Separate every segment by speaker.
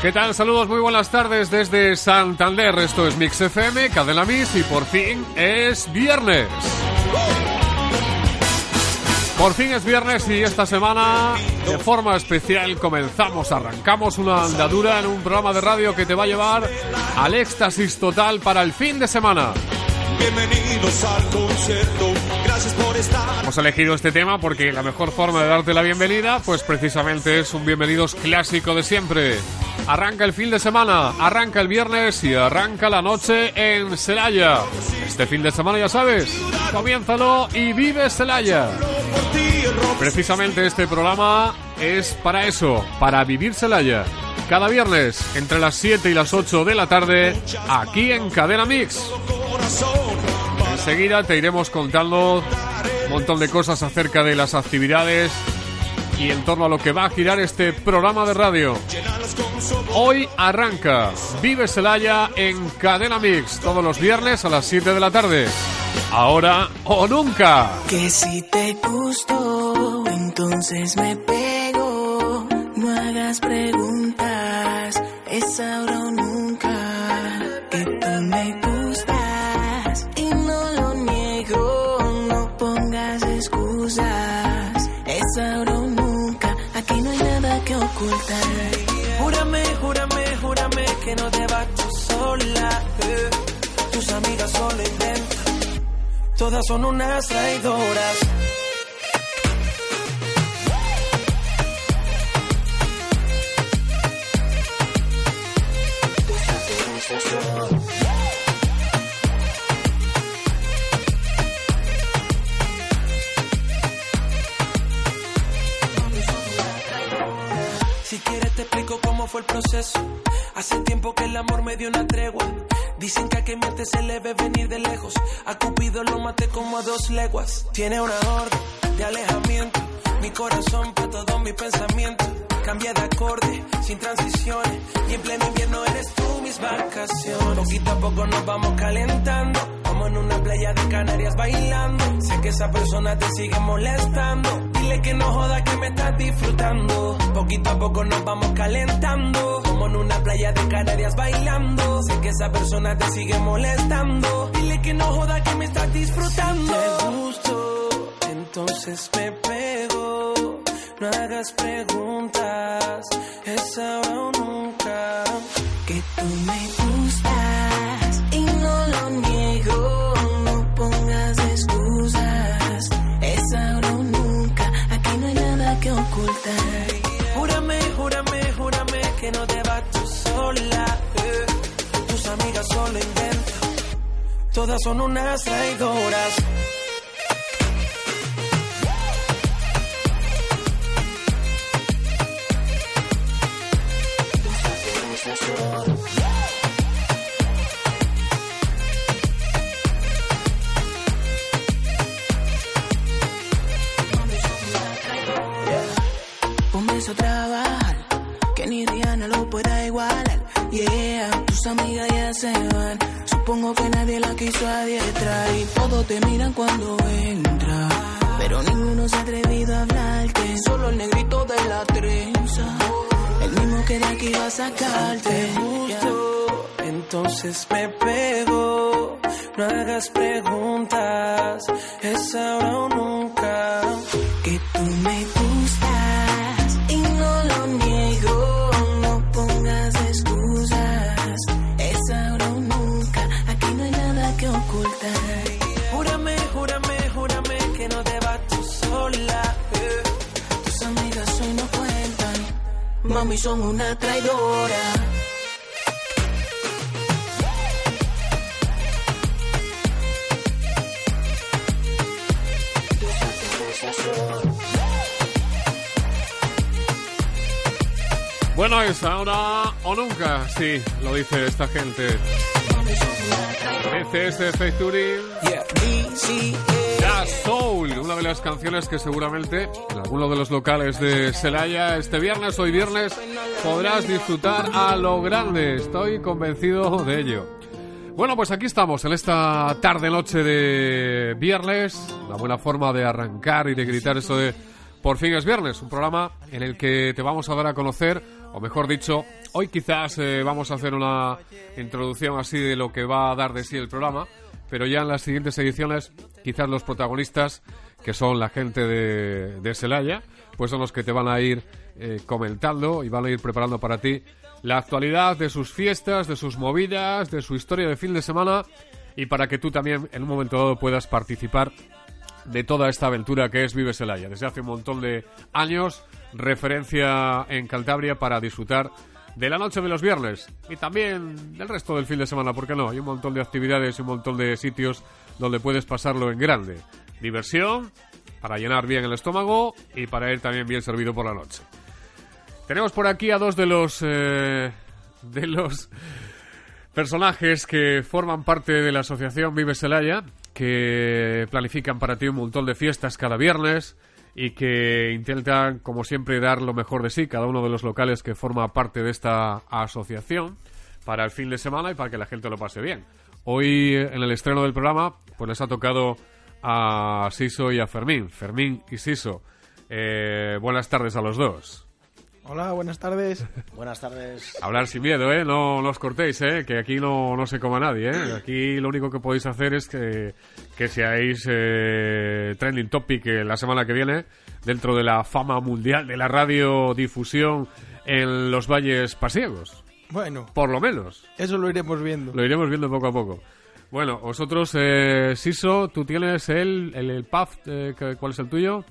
Speaker 1: ¿Qué tal? Saludos, muy buenas tardes desde Santander. Esto es Mix FM, Cadena Mix y por fin es viernes. Por fin es viernes y esta semana, de forma especial, comenzamos, arrancamos una andadura en un programa de radio que te va a llevar al éxtasis total para el fin de semana.
Speaker 2: Bienvenidos al concierto, gracias por estar.
Speaker 1: Hemos elegido este tema porque la mejor forma de darte la bienvenida, pues precisamente es un bienvenidos clásico de siempre. Arranca el fin de semana, arranca el viernes y arranca la noche en Celaya. Este fin de semana ya sabes, comiénzalo y vive Celaya.
Speaker 2: Por ti el rock
Speaker 1: Precisamente este programa es para eso, para vivir Celaya. Cada viernes, entre las 7 y las 8 de la tarde, aquí en Cadena Mix.
Speaker 2: corazón.
Speaker 1: Enseguida te iremos contando un montón de cosas acerca de las actividades y en torno a lo que va a girar este programa de radio. Hoy arranca Vive Celaya en Cadena Mix todos los viernes a las 7 de la tarde. Ahora o nunca.
Speaker 3: Que si te gustó, entonces me pego. No hagas preguntas, es ahora o nunca. Que tú me gustas y no lo niego. No pongas excusas, es ahora o nunca. Aquí no hay nada que ocultar.
Speaker 4: Júrame, júrame, júrame que no te vas tú sola. eh. Tus amigas solo inventan, todas son unas traidoras. Si quieres te explico cómo fue el proceso. Hace tiempo que el amor me dio una tregua. Dicen que a que miente se le ve venir de lejos. A Cupido lo maté como a dos leguas. Tiene una orden de alejamiento. Mi corazón para todos mis pensamientos. Cambia de acorde, sin transiciones. Y en pleno invierno eres tú mis vacaciones. Poquito a poco nos vamos calentando. Como en una playa de Canarias bailando. Sé que esa persona te sigue molestando. Dile que no joda que me estás disfrutando. Poquito a poco nos vamos calentando. Como en una playa de Canarias bailando. Sé que esa persona te sigue molestando. Dile que no joda que me estás disfrutando. Te gusto, entonces me pego. No hagas preguntas, es ahora o nunca.
Speaker 3: que tú me gustas y no lo niego. No pongas excusas, es ahora o nunca. Aquí no hay nada que ocultar.
Speaker 4: Júrame, júrame, júrame que no te vas tú sola. eh. Tus amigas solo inventan, todas son unas traidoras.
Speaker 3: Un beso trabajar, que ni Rihanna lo pueda igualar. Yeah, tus amigas ya se van. Supongo que nadie la quiso adiestrar y todos te miran cuando entra. Pero ninguno se ha atrevido a hablarte, solo el negrito de la trenza. El mismo que de aquí va a sacarte.
Speaker 4: gusto, entonces me pego. No hagas preguntas, es ahora o nunca.
Speaker 3: Que tú me gustas y no lo niego. Mami, son una traidora.
Speaker 1: Bueno, es ahora o nunca, sí, lo dice esta gente. Este es el Feituring
Speaker 4: Yeah.
Speaker 1: Da Soul, una de las canciones que seguramente en alguno de los locales de Celaya este viernes, hoy viernes, podrás disfrutar a lo grande. Estoy convencido de ello. Bueno, pues aquí estamos en esta tarde-noche de viernes. Una buena forma de arrancar y de gritar eso de Por fin es viernes, un programa en el que te vamos a dar a conocer, o mejor dicho, hoy quizás eh, vamos a hacer una introducción así de lo que va a dar de sí el programa, pero ya en las siguientes ediciones quizás los protagonistas, que son la gente de, de Celaya, pues son los que te van a ir eh, comentando y van a ir preparando para ti la actualidad de sus fiestas, de sus movidas, de su historia de fin de semana y para que tú también en un momento dado puedas participar de toda esta aventura que es Vive Celaya. Desde hace un montón de años, referencia en Cantabria para disfrutar de la noche de los viernes y también del resto del fin de semana, ¿por qué no? Hay un montón de actividades y un montón de sitios donde puedes pasarlo en grande. Diversión, para llenar bien el estómago y para ir también bien servido por la noche. Tenemos por aquí a dos de los... eh, de los personajes que forman parte de la asociación Vive Celaya, que planifican para ti un montón de fiestas cada viernes y que intentan, como siempre, dar lo mejor de sí, cada uno de los locales que forma parte de esta asociación, para el fin de semana y para que la gente lo pase bien. Hoy, eh, en el estreno del programa, pues les ha tocado a Siso y a Fermín. Fermín y Siso, eh, buenas tardes a los dos.
Speaker 5: Hola, buenas tardes.
Speaker 6: Buenas tardes.
Speaker 1: Hablar sin miedo, ¿eh? No, no os cortéis, ¿eh? Que aquí no, no se coma nadie, ¿eh? Aquí lo único que podéis hacer es que, que seáis eh, trending topic eh, la semana que viene dentro de la fama mundial de la radiodifusión en los valles pasiegos.
Speaker 5: Bueno,
Speaker 1: Por lo menos.
Speaker 5: eso lo iremos viendo.
Speaker 1: Lo iremos viendo poco a poco. Bueno, vosotros, eh, Siso, tú tienes el, el, el pub, eh, que- ¿cuál es el tuyo?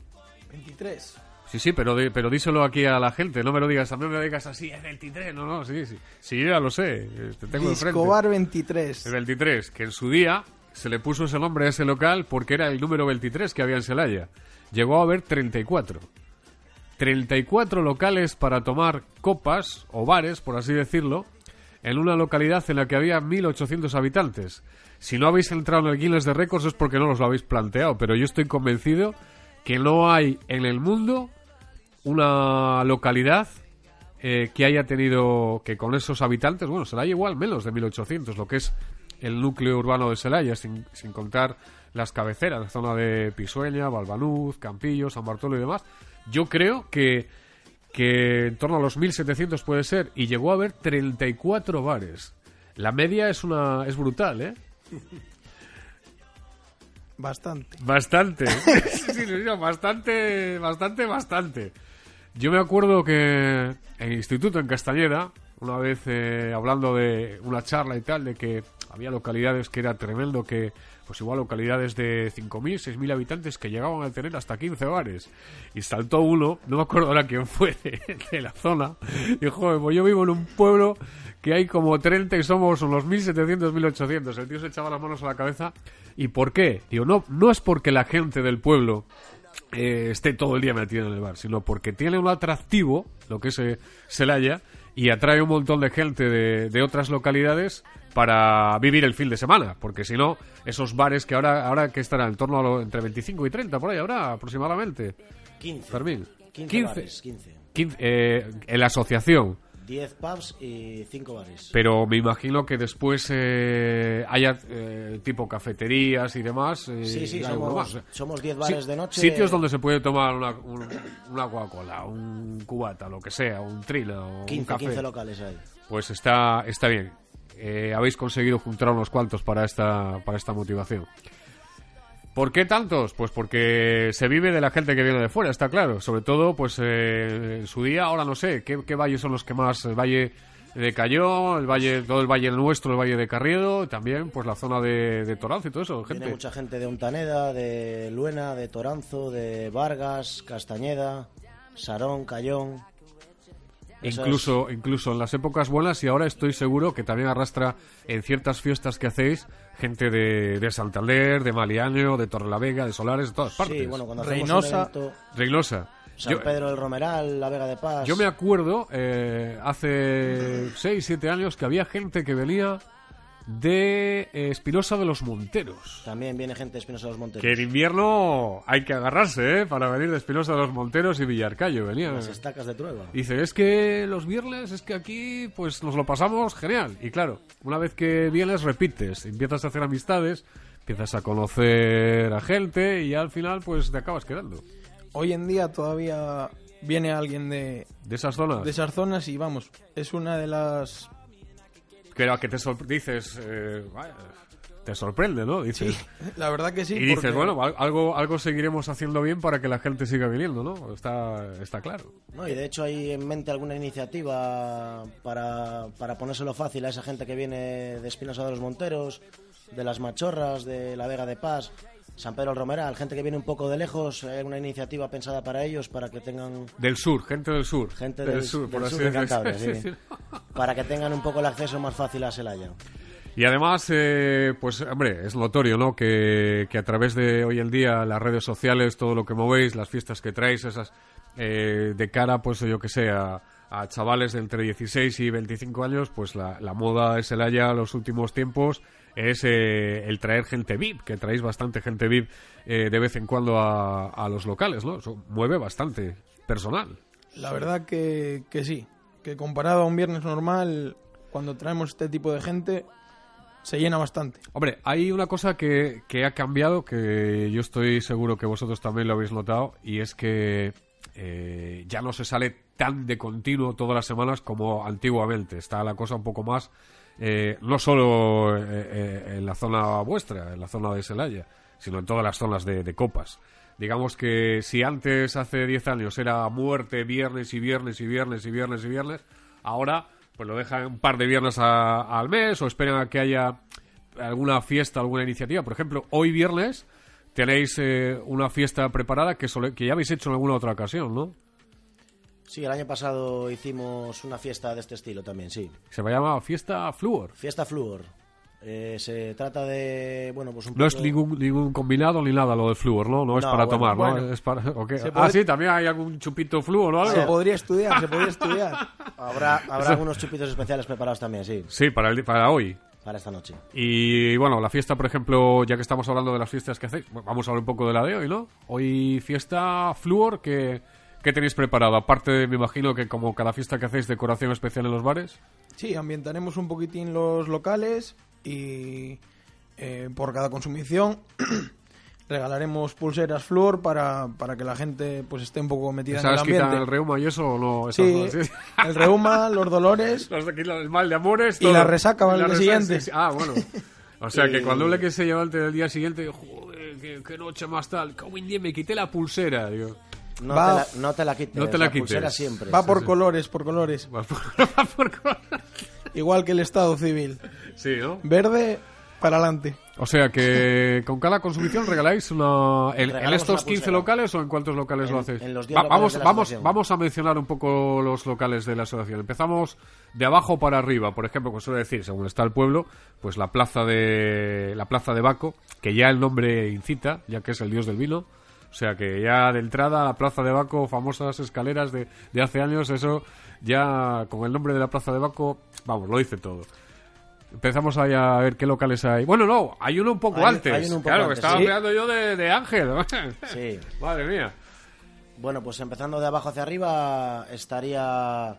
Speaker 5: 23.
Speaker 1: Sí, sí, pero, di- pero díselo aquí a la gente, no me lo digas, a mí me lo digas así, es 23, no, no, sí, sí, sí, yo ya lo sé, eh, te tengo enfrente.
Speaker 5: Escobar 23.
Speaker 1: El 23, que en su día se le puso ese nombre a ese local porque era el número 23 que había en Celaya. Llegó a haber 34. 34 locales para tomar copas o bares, por así decirlo, en una localidad en la que había 1.800 habitantes. Si no habéis entrado en el Guinness de Récords es porque no os lo habéis planteado, pero yo estoy convencido que no hay en el mundo una localidad eh, que haya tenido que con esos habitantes, bueno, Celaya igual menos de 1800, lo que es el núcleo urbano de Celaya, sin, sin contar las cabeceras, la zona de Pisueña, Balbanuz, Campillo, San Bartolo y demás. Yo creo que, que en torno a los 1700 puede ser, y llegó a haber 34 bares. La media es una es brutal, ¿eh?
Speaker 5: Bastante.
Speaker 1: Bastante. sí, sí, sí, bastante, bastante, bastante. Yo me acuerdo que en el instituto en Castañeda, una vez eh, hablando de una charla y tal, de que había localidades que era tremendo, que pues igual localidades de 5.000, 6.000 habitantes que llegaban a tener hasta 15 bares. Y saltó uno, no me acuerdo ahora quién fue de, de la zona, y dijo, "Joder, pues yo vivo en un pueblo que hay como 30 y somos unos 1.700, 1.800. El tío se echaba las manos a la cabeza. ¿Y por qué? Digo, no, no es porque la gente del pueblo eh, esté todo el día metido en el bar, sino porque tiene un atractivo, lo que es eh, Celaya, y atrae un montón de gente de, de otras localidades para vivir el fin de semana, porque si no, esos bares que ahora, ahora que estarán en torno a lo- entre 25 y 30, por ahí ahora aproximadamente,
Speaker 6: 15.
Speaker 1: Fermín.
Speaker 6: 15,
Speaker 1: 15.
Speaker 6: bares, 15.
Speaker 1: 15, eh, en la asociación.
Speaker 6: 10 pubs y 5 bares.
Speaker 1: Pero me imagino que después eh, haya eh, tipo cafeterías y demás. eh,
Speaker 6: Sí, sí,
Speaker 1: y algo
Speaker 6: somos,
Speaker 1: más.
Speaker 6: somos 10 bares
Speaker 1: Sí,
Speaker 6: de noche.
Speaker 1: Sitios donde se puede tomar una, un- una Coca-Cola, un cubata, lo que sea, un trila o un
Speaker 6: 15,
Speaker 1: café.
Speaker 6: 15 locales hay.
Speaker 1: Pues está, está bien. Eh, habéis conseguido juntar unos cuantos para esta, para esta motivación. ¿Por qué tantos? Pues porque se vive de la gente que viene de fuera, está claro. Sobre todo, pues eh, en su día, ahora no sé, ¿qué, qué valles son los que más? El valle de Cayó, el valle, todo el valle nuestro, el valle de Carriedo, también pues la zona de, de Toranzo y todo eso, gente.
Speaker 6: Viene mucha gente de Ontaneda, de Luena, de Toranzo, de Vargas, Castañeda, Sarón, Cayón. Eso
Speaker 1: incluso, incluso en las épocas buenas y ahora estoy seguro que también arrastra en ciertas fiestas que hacéis gente de, de Santander, de Maliaño, de Torrelavega, de Solares, de todas partes.
Speaker 6: Sí, bueno, cuando hacemos
Speaker 5: Reynosa.
Speaker 6: un evento,
Speaker 1: Reglosa.
Speaker 6: San
Speaker 1: Yo- eh,
Speaker 6: Pedro del Romeral, La Vega de Paz.
Speaker 1: Yo me acuerdo eh, hace 6, 7 años que había gente que venía de eh, Espinosa de los Monteros.
Speaker 6: También viene gente de Espinosa de los Montes.
Speaker 1: Que en invierno hay que agarrarse, ¿eh? Para venir de Espinosa de los Monteros y Villarcayo. Venía.
Speaker 6: Las estacas de Trueba.
Speaker 1: Dice, es que los viernes, es que aquí, pues nos lo pasamos genial. Y claro, una vez que vienes, repites, empiezas a hacer amistades, empiezas a conocer a gente y al final, pues te acabas quedando.
Speaker 5: Hoy en día todavía viene alguien de,
Speaker 1: De esas zonas.
Speaker 5: de esas zonas y vamos, es una de las...
Speaker 1: Que era que te sor- dices, eh, vaya, te sorprende, ¿no? Dices,
Speaker 5: La verdad que sí.
Speaker 1: y dices,
Speaker 5: porque-
Speaker 1: bueno, al- algo, algo seguiremos haciendo bien para que la gente siga viniendo, ¿no? Está, está claro.
Speaker 6: No, y de hecho hay en mente alguna iniciativa para, para ponérselo fácil a esa gente que viene de Espinosa de los Monteros, de las Machorras, de la Vega de Paz, San Pedro del Romeral, gente que viene un poco de lejos, hay una iniciativa pensada para ellos para que tengan
Speaker 1: Del sur, gente del sur.
Speaker 6: gente del, del sur de
Speaker 1: decirlo.
Speaker 6: Cantabria,
Speaker 1: Sí,
Speaker 6: sí.
Speaker 1: sí.
Speaker 6: para que tengan un poco el acceso más fácil a Selaya.
Speaker 1: Y además, eh, pues hombre, es notorio, ¿no? Que, que a través de hoy en día las redes sociales, todo lo que movéis, las fiestas que traéis, esas eh, de cara, pues yo que sé, a, a chavales de entre 16 y 25 años, pues la, la moda de Celaya los últimos tiempos es eh, el traer gente VIP, que traéis bastante gente VIP eh, de vez en cuando a, a los locales, ¿no? Eso mueve bastante personal.
Speaker 5: La verdad que, que sí, que comparado a un viernes normal, cuando traemos este tipo de gente, se llena bastante.
Speaker 1: Hombre, hay una cosa que, que ha cambiado que yo estoy seguro que vosotros también lo habéis notado y es que eh, ya no se sale tan de continuo todas las semanas como antiguamente. Está la cosa un poco más, eh, no solo eh, eh, en la zona vuestra, en la zona de Selaya, sino en todas las zonas de, de copas. Digamos que si antes, hace 10 años, era muerte viernes y viernes y viernes y viernes y viernes, ahora pues lo dejan un par de viernes a- al mes o esperan a que haya alguna fiesta, alguna iniciativa. Por ejemplo, hoy viernes tenéis eh, una fiesta preparada que, sole- que ya habéis hecho en alguna otra ocasión, ¿no?
Speaker 6: Sí, el año pasado hicimos una fiesta de este estilo también, sí.
Speaker 1: Se va a llamar Fiesta Fluor.
Speaker 6: Fiesta Fluor. Eh, se trata de, bueno, pues un
Speaker 1: No es
Speaker 6: poco-
Speaker 1: ningún, ningún combinado ni nada lo de Fluor, ¿no? No es
Speaker 6: No,
Speaker 1: para
Speaker 6: bueno,
Speaker 1: tomar, ¿no?
Speaker 5: Eh. bueno.
Speaker 1: Es para, ¿o qué?
Speaker 5: Se
Speaker 1: Ah,
Speaker 5: puede-
Speaker 1: sí, también hay algún chupito Fluor o
Speaker 5: Se
Speaker 1: algo.
Speaker 5: podría estudiar, se podría estudiar.
Speaker 6: Habrá, habrá unos chupitos especiales preparados también, sí,
Speaker 1: Sí, para, el- para hoy.
Speaker 6: para esta noche.
Speaker 1: Y bueno, la fiesta, por ejemplo, ya que estamos hablando de las fiestas que hacéis, bueno, vamos a hablar un poco de la de hoy, ¿no? Hoy fiesta Fluor, ¿qué, qué tenéis preparado? Aparte, de, me imagino que como cada fiesta que hacéis, decoración especial en los bares.
Speaker 5: Sí, ambientaremos un poquitín los locales y eh, por cada consumición regalaremos pulseras flor para, para que la gente pues esté un poco metida en el
Speaker 1: ¿Sabes quitar
Speaker 5: ambiente.
Speaker 1: el reuma y eso o no? Esas
Speaker 5: sí,
Speaker 1: cosas, sí.
Speaker 5: el reuma, los dolores.
Speaker 1: Los de aquí, el mal de amores.
Speaker 5: Y la resaca va
Speaker 1: Y
Speaker 5: al
Speaker 1: la
Speaker 5: día
Speaker 1: resaca,
Speaker 5: siguiente.
Speaker 1: sí, sí. Ah, bueno. O sea, que cuando le que se lleva antes del día siguiente, joder, qué, qué noche más tal. Cómo en día me quité la pulsera. Digo,
Speaker 6: No,
Speaker 5: Va-
Speaker 6: te la, no te la quites.
Speaker 1: No te la quites.
Speaker 6: pulsera siempre.
Speaker 5: Va por colores, por colores.
Speaker 1: va por, va por cosas.
Speaker 5: Igual que el Estado civil.
Speaker 1: Sí, ¿no?
Speaker 5: Verde para adelante.
Speaker 1: O sea que con cada consumición regaláis una. ¿En, en
Speaker 6: Regalamos
Speaker 1: estos
Speaker 6: una
Speaker 1: 15
Speaker 6: pulsera.
Speaker 1: locales o en cuántos locales
Speaker 6: En-
Speaker 1: lo hacéis?
Speaker 6: en los 10 locales
Speaker 1: vamos,
Speaker 6: de la
Speaker 1: vamos,
Speaker 6: asociación.
Speaker 1: vamos a mencionar un poco los locales de la asociación. Empezamos de abajo para arriba, por ejemplo, como suele decir, según está el pueblo, pues la plaza de la plaza de Baco, que ya el nombre incita, ya que es el dios del vino. O sea que ya de entrada la plaza de Baco, famosas escaleras de, de hace años, eso ya con el nombre de la plaza de Baco, vamos, lo dice todo. Empezamos ahí a ver qué locales hay. Bueno, no, hay uno un poco
Speaker 6: Hay-
Speaker 1: antes.
Speaker 6: hay uno un poco
Speaker 1: claro,
Speaker 6: antes,
Speaker 1: que estaba
Speaker 6: sí.
Speaker 1: hablando yo de, de Ángel.
Speaker 6: Sí.
Speaker 1: Madre mía.
Speaker 6: Bueno, pues empezando de abajo hacia arriba, estaría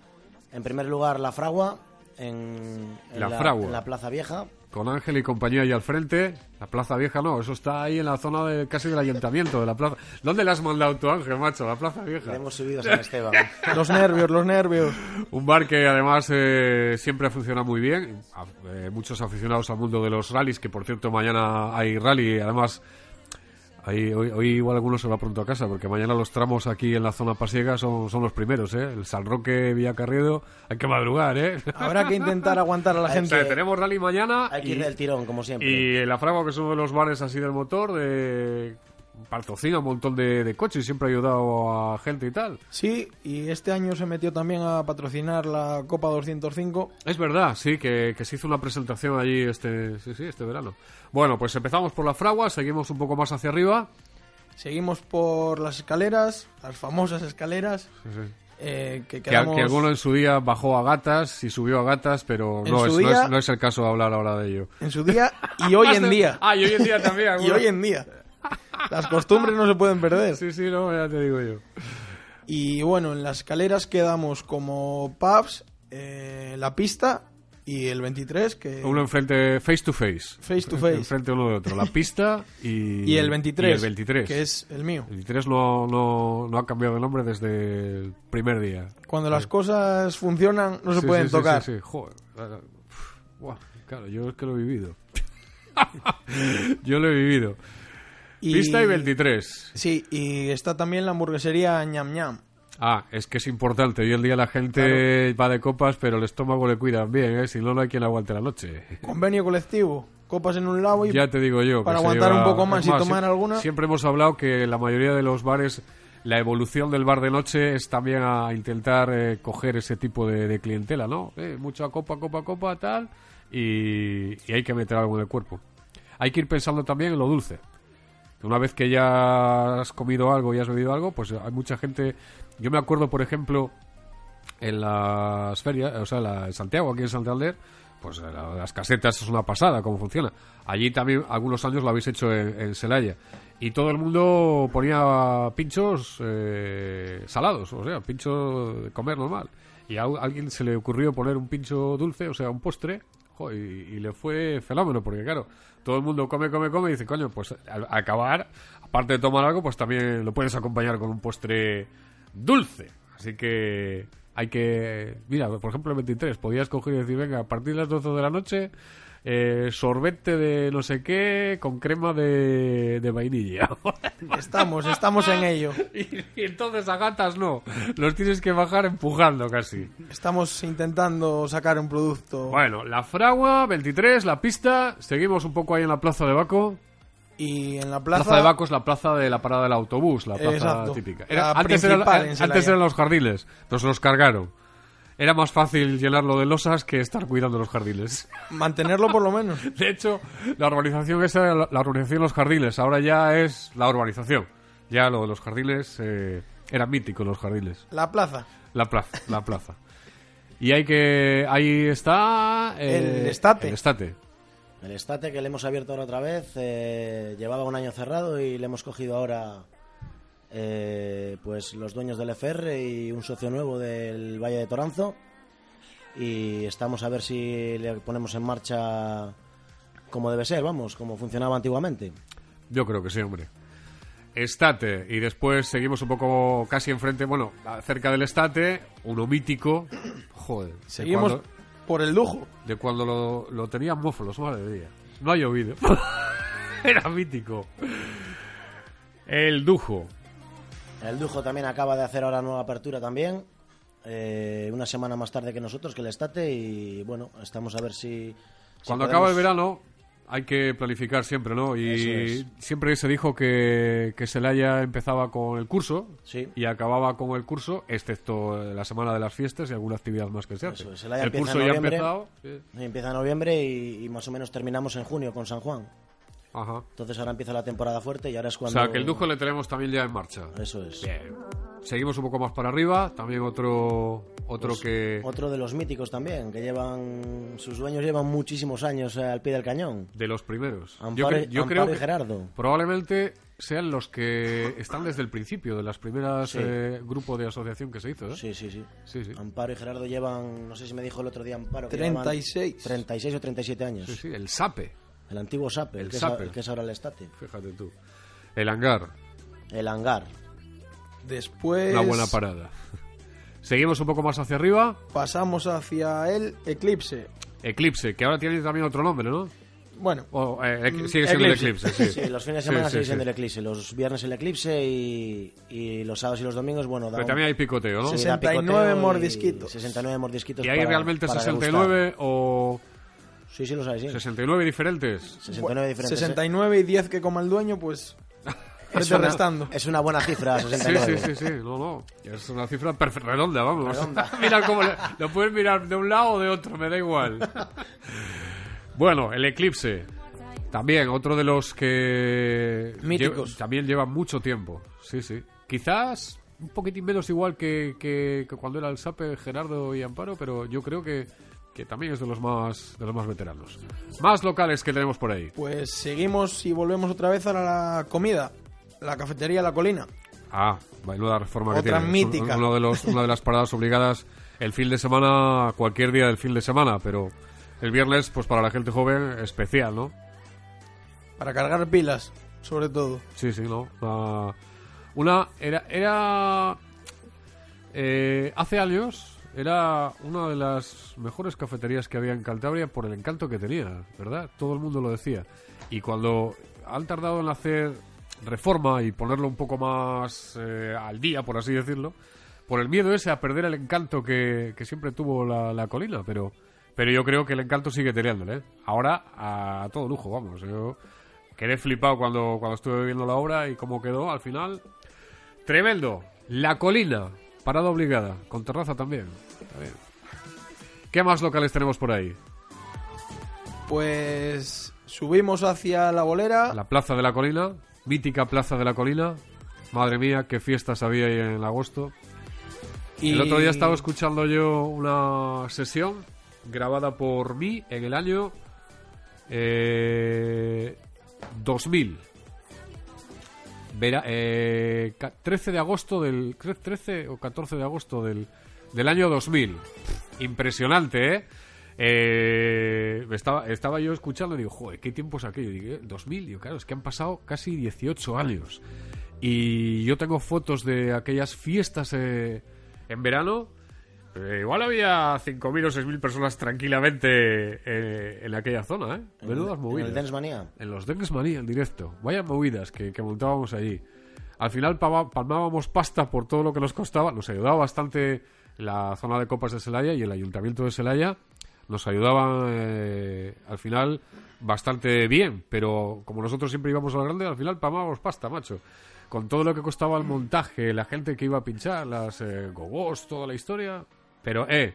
Speaker 6: en primer lugar la fragua. En, en
Speaker 1: La Fragua.
Speaker 6: en la Plaza Vieja.
Speaker 1: Con Ángel y compañía ahí al frente. La Plaza Vieja no, eso está ahí en la zona de, casi del ayuntamiento de la plaza. ¿Dónde la has mandado tú, Ángel, macho? La Plaza Vieja.
Speaker 6: Le hemos subido a San Esteban.
Speaker 5: Los nervios, los nervios.
Speaker 1: Un bar que además eh, siempre funciona muy bien. A- eh, muchos aficionados al mundo de los rallies, que por cierto mañana hay rally. Además, hay- hoy, hoy igual algunos se va pronto a casa, porque mañana los tramos aquí en la zona pasiega son, son los primeros. ¿eh? El San Roque, Villacarriedo, hay que madrugar. ¿eh?
Speaker 5: Habrá que intentar aguantar a la
Speaker 1: O
Speaker 5: gente.
Speaker 1: sea, tenemos rally mañana
Speaker 6: Hay que
Speaker 1: y,
Speaker 6: ir del tirón, como siempre.
Speaker 1: y el Afrago, que es uno de los bares así del motor, de patrocina un montón de, de coches, siempre ha ayudado a gente y tal.
Speaker 5: Sí, y este año se metió también a patrocinar la Copa 205.
Speaker 1: Es verdad, sí, que, que se hizo una presentación allí este, sí, sí, este verano. Bueno, pues empezamos por la fragua, seguimos un poco más hacia arriba.
Speaker 5: Seguimos por las escaleras, las famosas escaleras. eh, que,
Speaker 1: Que,
Speaker 5: quedamos-
Speaker 1: que alguno en su día bajó a gatas y subió a gatas, pero
Speaker 5: En
Speaker 1: no
Speaker 5: su
Speaker 1: es, no es-
Speaker 5: día-
Speaker 1: no es el caso de hablar ahora de ello.
Speaker 5: en su día y hoy en día.
Speaker 1: Ah, y hoy en día también.
Speaker 5: y
Speaker 1: alguno.
Speaker 5: hoy en día. Las costumbres no se pueden perder.
Speaker 1: Sí, sí, no, ya te digo yo.
Speaker 5: Y bueno, en las escaleras quedamos como pubs, eh, la pista y el 23, que
Speaker 1: Uno enfrente, face to face.
Speaker 5: Face to face.
Speaker 1: Enfrente uno de otro. La pista y,
Speaker 5: y el 23,
Speaker 1: y el 23.
Speaker 5: que es el mío.
Speaker 1: El 23 no, no, no ha cambiado de nombre desde el primer día.
Speaker 5: Cuando las cosas funcionan no se
Speaker 1: Sí,
Speaker 5: pueden
Speaker 1: sí, sí,
Speaker 5: tocar.
Speaker 1: Sí, sí, Joder, claro. Uf, buah, claro, yo es que lo he vivido. yo lo he vivido. Pista y 23.
Speaker 5: Sí, y está también la hamburguesería ñam ñam.
Speaker 1: Ah, es que es importante. Hoy en día la gente va de copas, pero el estómago le cuidan bien, ¿eh? Si no, no hay quien aguante la noche.
Speaker 5: Convenio colectivo, copas en un lado y
Speaker 1: Ya te digo yo. que
Speaker 5: para
Speaker 1: se
Speaker 5: aguantar
Speaker 1: lleva-
Speaker 5: un poco más
Speaker 1: Es
Speaker 5: y tomar
Speaker 1: sie-
Speaker 5: alguna.
Speaker 1: Siempre hemos hablado que la mayoría de los bares, la evolución del bar de noche es también a intentar eh, coger ese tipo de, de clientela, ¿no? Eh, mucha copa, copa, copa, tal. Y, y hay que meter algo en el cuerpo. Hay que ir pensando también en lo dulce. Una vez que ya has comido algo y has bebido algo, pues hay mucha gente. Yo me acuerdo, por ejemplo, en las ferias, o sea, en la- en Santiago, aquí en Santander, pues eh, la- las casetas es una pasada cómo funciona. Allí también algunos años lo habéis hecho en, en Celaya. Y todo el mundo ponía pinchos eh, salados, o sea, pincho de comer normal. Y a u- alguien se le ocurrió poner un pincho dulce, o sea, un postre, jo, y, y le fue fenómeno, porque claro, todo el mundo come, come, come, y dice, coño, pues al acabar, aparte de tomar algo, pues también lo puedes acompañar con un postre dulce. Así que hay que. Mira, por ejemplo, el 23, podías coger y decir, venga, a partir de las 12 de la noche, eh, sorbete de no sé qué con crema de, de vainilla.
Speaker 5: Estamos, estamos en ello.
Speaker 1: y, y entonces a gatas no, los tienes que bajar empujando casi.
Speaker 5: Estamos intentando sacar un producto.
Speaker 1: Bueno, la fragua, 23, la pista, seguimos un poco ahí en la plaza de Baco.
Speaker 5: Y en la
Speaker 1: Plaza,
Speaker 5: plaza,
Speaker 1: de Baco es la plaza de la parada del autobús, la plaza
Speaker 5: Exacto.
Speaker 1: típica.
Speaker 5: La
Speaker 1: antes, era-
Speaker 5: principal en
Speaker 1: antes
Speaker 5: Celaya.
Speaker 1: eran los jardiles, nos los cargaron. Era más fácil llenarlo de losas que estar cuidando los jardiles.
Speaker 5: mantenerlo por lo menos.
Speaker 1: De hecho, la urbanización esa era la la urbanización de los jardiles. Ahora ya es la urbanización. Ya lo de los jardiles eh, era mítico los jardiles.
Speaker 5: La plaza.
Speaker 1: La plaza, la plaza. Y hay que ahí está eh,
Speaker 5: El estate.
Speaker 1: El estate.
Speaker 6: El estate que le hemos abierto ahora otra vez eh, llevaba un año cerrado y le hemos cogido ahora eh, pues los dueños del FR y un socio nuevo del Valle de Toranzo y estamos a ver si le ponemos en marcha como debe ser, vamos, como funcionaba antiguamente.
Speaker 1: Yo creo que sí, hombre. Estate. Y después seguimos un poco casi enfrente, bueno, cerca del estate, uno mítico. Joder. de
Speaker 5: Seguimos
Speaker 1: cuando-
Speaker 5: por el lujo.
Speaker 1: De cuando lo, lo tenían mófolos, madre mía. No ha llovido. Era mítico. El Dujo.
Speaker 6: El Dujo también acaba de hacer ahora nueva apertura también, eh, una semana más tarde que nosotros, que el estate y bueno, estamos a ver si... si
Speaker 1: Cuando
Speaker 6: podemos-
Speaker 1: acaba el verano hay que planificar siempre, ¿no? Y
Speaker 6: Eso
Speaker 1: siempre se dijo que, que Celaya empezaba con el curso
Speaker 6: Sí.
Speaker 1: y acababa con el curso, excepto eh, la semana de las fiestas y alguna actividad más que se hace.
Speaker 6: Eso es, Celaya
Speaker 1: El
Speaker 6: empieza
Speaker 1: curso ya
Speaker 6: en
Speaker 1: ha
Speaker 6: noviembre.
Speaker 1: empezado. eh,
Speaker 6: Empieza en noviembre y, y más o menos terminamos en junio con San Juan.
Speaker 1: Ajá.
Speaker 6: Entonces ahora empieza la temporada fuerte y ahora es
Speaker 1: O
Speaker 6: cuando...
Speaker 1: sea, que el Dujo le tenemos también ya en marcha.
Speaker 6: Eso es.
Speaker 1: Bien. Seguimos un poco más para arriba. También otro, otro
Speaker 6: Pues,
Speaker 1: que...
Speaker 6: Otro de los míticos también, que llevan... Sus dueños llevan muchísimos años eh, al pie del cañón.
Speaker 1: De los primeros. yo
Speaker 6: Amparo,
Speaker 1: cre- yo
Speaker 6: Amparo
Speaker 1: creo
Speaker 6: y
Speaker 1: que
Speaker 6: Gerardo.
Speaker 1: probablemente sean los que están desde el principio de las primeras
Speaker 6: Sí.
Speaker 1: eh, grupo de asociación que se hizo. ¿eh?
Speaker 6: Sí, sí, sí.
Speaker 1: Sí, sí.
Speaker 6: Amparo y Gerardo llevan, no sé si me dijo el otro día Amparo, que
Speaker 5: 36.
Speaker 6: llevan 36 o 37 años.
Speaker 1: Sí, sí, El SAPE,
Speaker 6: El antiguo SAPE, el,
Speaker 1: El
Speaker 6: que es,
Speaker 1: Sape.
Speaker 6: el que es ahora el estate.
Speaker 1: fíjate tú. El hangar,
Speaker 6: El hangar.
Speaker 5: Después
Speaker 1: una buena parada. Seguimos un poco más hacia arriba.
Speaker 5: pasamos hacia el eclipse.
Speaker 1: Eclipse, que ahora tiene también otro nombre, ¿no?
Speaker 5: Bueno,
Speaker 1: O, eh, ec-
Speaker 5: Mm,
Speaker 1: sigue siendo el
Speaker 5: Eclipse.
Speaker 1: Eclipse, sí.
Speaker 6: Sí, los fines de semana
Speaker 1: Sí,
Speaker 6: se
Speaker 1: sí,
Speaker 6: dicen
Speaker 1: sí.
Speaker 6: del eclipse. Los viernes el eclipse y, y los sábados y los domingos, bueno, da
Speaker 1: Pero
Speaker 6: un-
Speaker 1: también hay picoteo, ¿no?
Speaker 6: Sí, da
Speaker 5: 69
Speaker 6: picoteo y
Speaker 5: mordisquitos.
Speaker 6: 69 mordisquitos.
Speaker 1: y hay
Speaker 6: para-
Speaker 1: realmente
Speaker 6: para
Speaker 1: 69
Speaker 6: degustar.
Speaker 1: o
Speaker 6: Sí, sí, los hay, sí.
Speaker 1: 69 diferentes.
Speaker 6: 69 diferentes. ¿eh?
Speaker 5: 69 y 10 que coma el dueño, pues
Speaker 6: Es
Speaker 5: Vete
Speaker 6: una-
Speaker 5: restando.
Speaker 6: Es una buena cifra,
Speaker 1: Sí,
Speaker 6: 69.
Speaker 1: sí, sí, sí, no, no. Es una cifra perfe- redonda, vamos. Mira cómo le- lo puedes mirar de un lado o de otro, me da igual. Bueno, el eclipse. También, otro de los que.
Speaker 5: Míticos.
Speaker 1: lle- también lleva mucho tiempo. Sí, sí. Quizás un poquitín menos igual que, que- que cuando era el SAPE Gerardo y Amparo, pero yo creo que, que también es de los, más, de los más veteranos. Más locales que tenemos por ahí.
Speaker 5: Pues seguimos y volvemos otra vez a la comida. La cafetería La Colina.
Speaker 1: Ah, menuda reforma que
Speaker 5: Otra
Speaker 1: tiene. Es un-
Speaker 5: mítica.
Speaker 1: uno de los, una de las paradas obligadas el fin de semana, cualquier día del fin de semana, pero el viernes, pues para la gente joven, especial, ¿no?
Speaker 5: Para cargar pilas, sobre todo.
Speaker 1: Sí, sí, ¿no? Ah, una, era, era, eh, hace años, era una de las mejores cafeterías que había en Cantabria por el encanto que tenía, ¿verdad? Todo el mundo lo decía. Y cuando han tardado en hacer reforma y ponerlo un poco más eh, al día, por así decirlo, por el miedo ese a perder el encanto que, que siempre tuvo la, la colina, pero, pero yo creo que el encanto sigue teniéndole. ¿eh? Ahora a todo lujo, vamos. Yo quedé flipado cuando, cuando estuve viendo la obra y cómo quedó al final. Tremendo. La colina, parada obligada, con terraza también. Está bien. ¿Qué más locales tenemos por ahí?
Speaker 5: Pues subimos hacia la bolera.
Speaker 1: La Plaza de la Colina, mítica Plaza de la Colina. Madre mía, qué fiestas había ahí en agosto.
Speaker 5: y...
Speaker 1: El otro día estaba escuchando yo una sesión grabada por mí en el año eh, 2000. Vera- eh, ca- 13 de agosto del... cre- 13 o 14 de agosto del, del año 2000. Impresionante, ¿eh? Eh, estaba, estaba yo escuchando y digo, joder, ¿qué tiempo es aquello? Y digo, "Eh, 2000, digo, claro, es que han pasado casi 18 años. Y yo tengo fotos de aquellas fiestas eh, en verano. Eh, igual había 5.000 o 6.000 personas tranquilamente eh, en aquella zona, ¿eh?
Speaker 6: En-
Speaker 1: Menudas
Speaker 6: en
Speaker 1: movidas.
Speaker 6: el Dance Manía.
Speaker 1: En los Dengues Manía, en directo. Vaya movidas que, que montábamos allí. Al final pava- palmábamos pasta por todo lo que nos costaba. Nos ayudaba bastante la zona de copas de Celaya y el ayuntamiento de Celaya. Nos ayudaban eh, al final bastante bien, pero como nosotros siempre íbamos a la grande, al final palmábamos pasta, macho. Con todo lo que costaba el montaje, la gente que iba a pinchar, las eh, gogos, toda la historia. Pero, eh,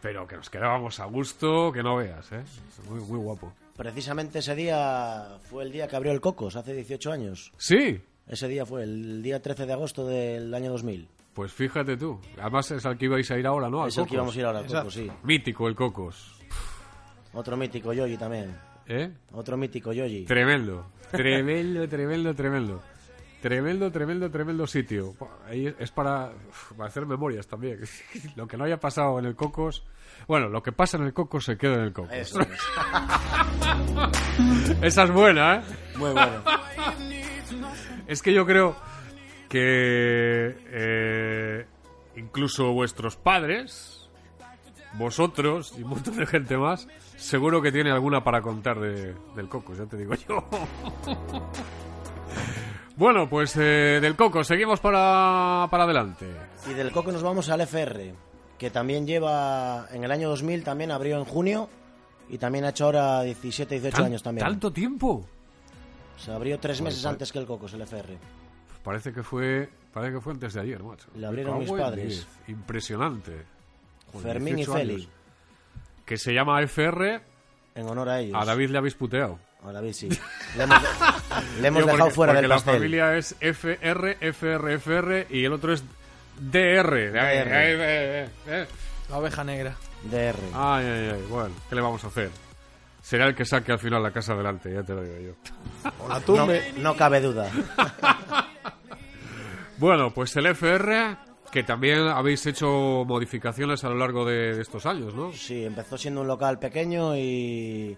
Speaker 1: pero que nos quedábamos a gusto, que no veas, eh. Muy, muy guapo.
Speaker 6: Precisamente ese día fue el día que abrió el Cocos, hace 18 años.
Speaker 1: Sí,
Speaker 6: Ese día fue el día 13 de agosto del año 2000.
Speaker 1: Pues fíjate tú. Además es al que ibais a ir ahora, ¿no? Al
Speaker 6: es
Speaker 1: Ah,
Speaker 6: el que
Speaker 1: Cocos.
Speaker 6: íbamos a ir ahora al
Speaker 5: Exacto.
Speaker 6: Cocos, sí.
Speaker 1: Mítico el Cocos.
Speaker 6: Otro mítico, Yoyi también.
Speaker 1: ¿Eh?
Speaker 6: Otro mítico, Yoyi.
Speaker 1: Tremendo. Tremendo, tremendo, tremendo. Tremendo, tremendo, tremendo sitio. Buah, ahí es para, uf, para hacer memorias también. lo que no haya pasado en el Cocos. Bueno, lo que pasa en el Cocos se queda en el Cocos.
Speaker 6: Eso es.
Speaker 1: Esa es buena, ¿eh?
Speaker 6: Muy bueno.
Speaker 1: Es que yo creo que eh, incluso vuestros padres, vosotros y un montón de gente más, seguro que tiene alguna para contar de- del coco, ya te digo yo. bueno, pues eh, del coco, seguimos para, para adelante.
Speaker 6: Y del Coco nos vamos al FR, que también lleva en el año 2000, también abrió en junio y también ha hecho ahora 17, 18
Speaker 1: Tan-
Speaker 6: años también.
Speaker 1: ¿Tanto tiempo?
Speaker 6: Se abrió tres meses antes que el Cocos, el FR.
Speaker 1: Pues parece que fue parece que fue antes de ayer, macho.
Speaker 6: Le abrieron
Speaker 1: Me
Speaker 6: mis
Speaker 1: cago en
Speaker 6: padres.
Speaker 1: diez. Impresionante. Joder,
Speaker 6: Fermín y
Speaker 1: 18 años.
Speaker 6: Félix,
Speaker 1: Que se llama FR
Speaker 6: en honor a ellos.
Speaker 1: A David le habéis puteado.
Speaker 6: A David, sí. Le hemos, le hemos
Speaker 1: Yo,
Speaker 6: dejado
Speaker 1: porque-
Speaker 6: fuera
Speaker 1: porque
Speaker 6: del
Speaker 1: la
Speaker 6: pastel.
Speaker 1: familia es FR, FR, FR y el otro es DR. Ay,
Speaker 6: DR.
Speaker 1: ay, ay, ay, ay.
Speaker 5: La oveja negra.
Speaker 6: DR.
Speaker 1: Ay, ay, ay. Bueno, ¿qué le vamos a hacer? Será el que saque al final la casa adelante, ya te lo digo yo.
Speaker 5: La
Speaker 6: No,
Speaker 5: tumbe.
Speaker 6: no cabe duda.
Speaker 1: Bueno, pues el FR, que también habéis hecho modificaciones a lo largo de, de estos años, ¿no?
Speaker 6: Sí, empezó siendo un local pequeño y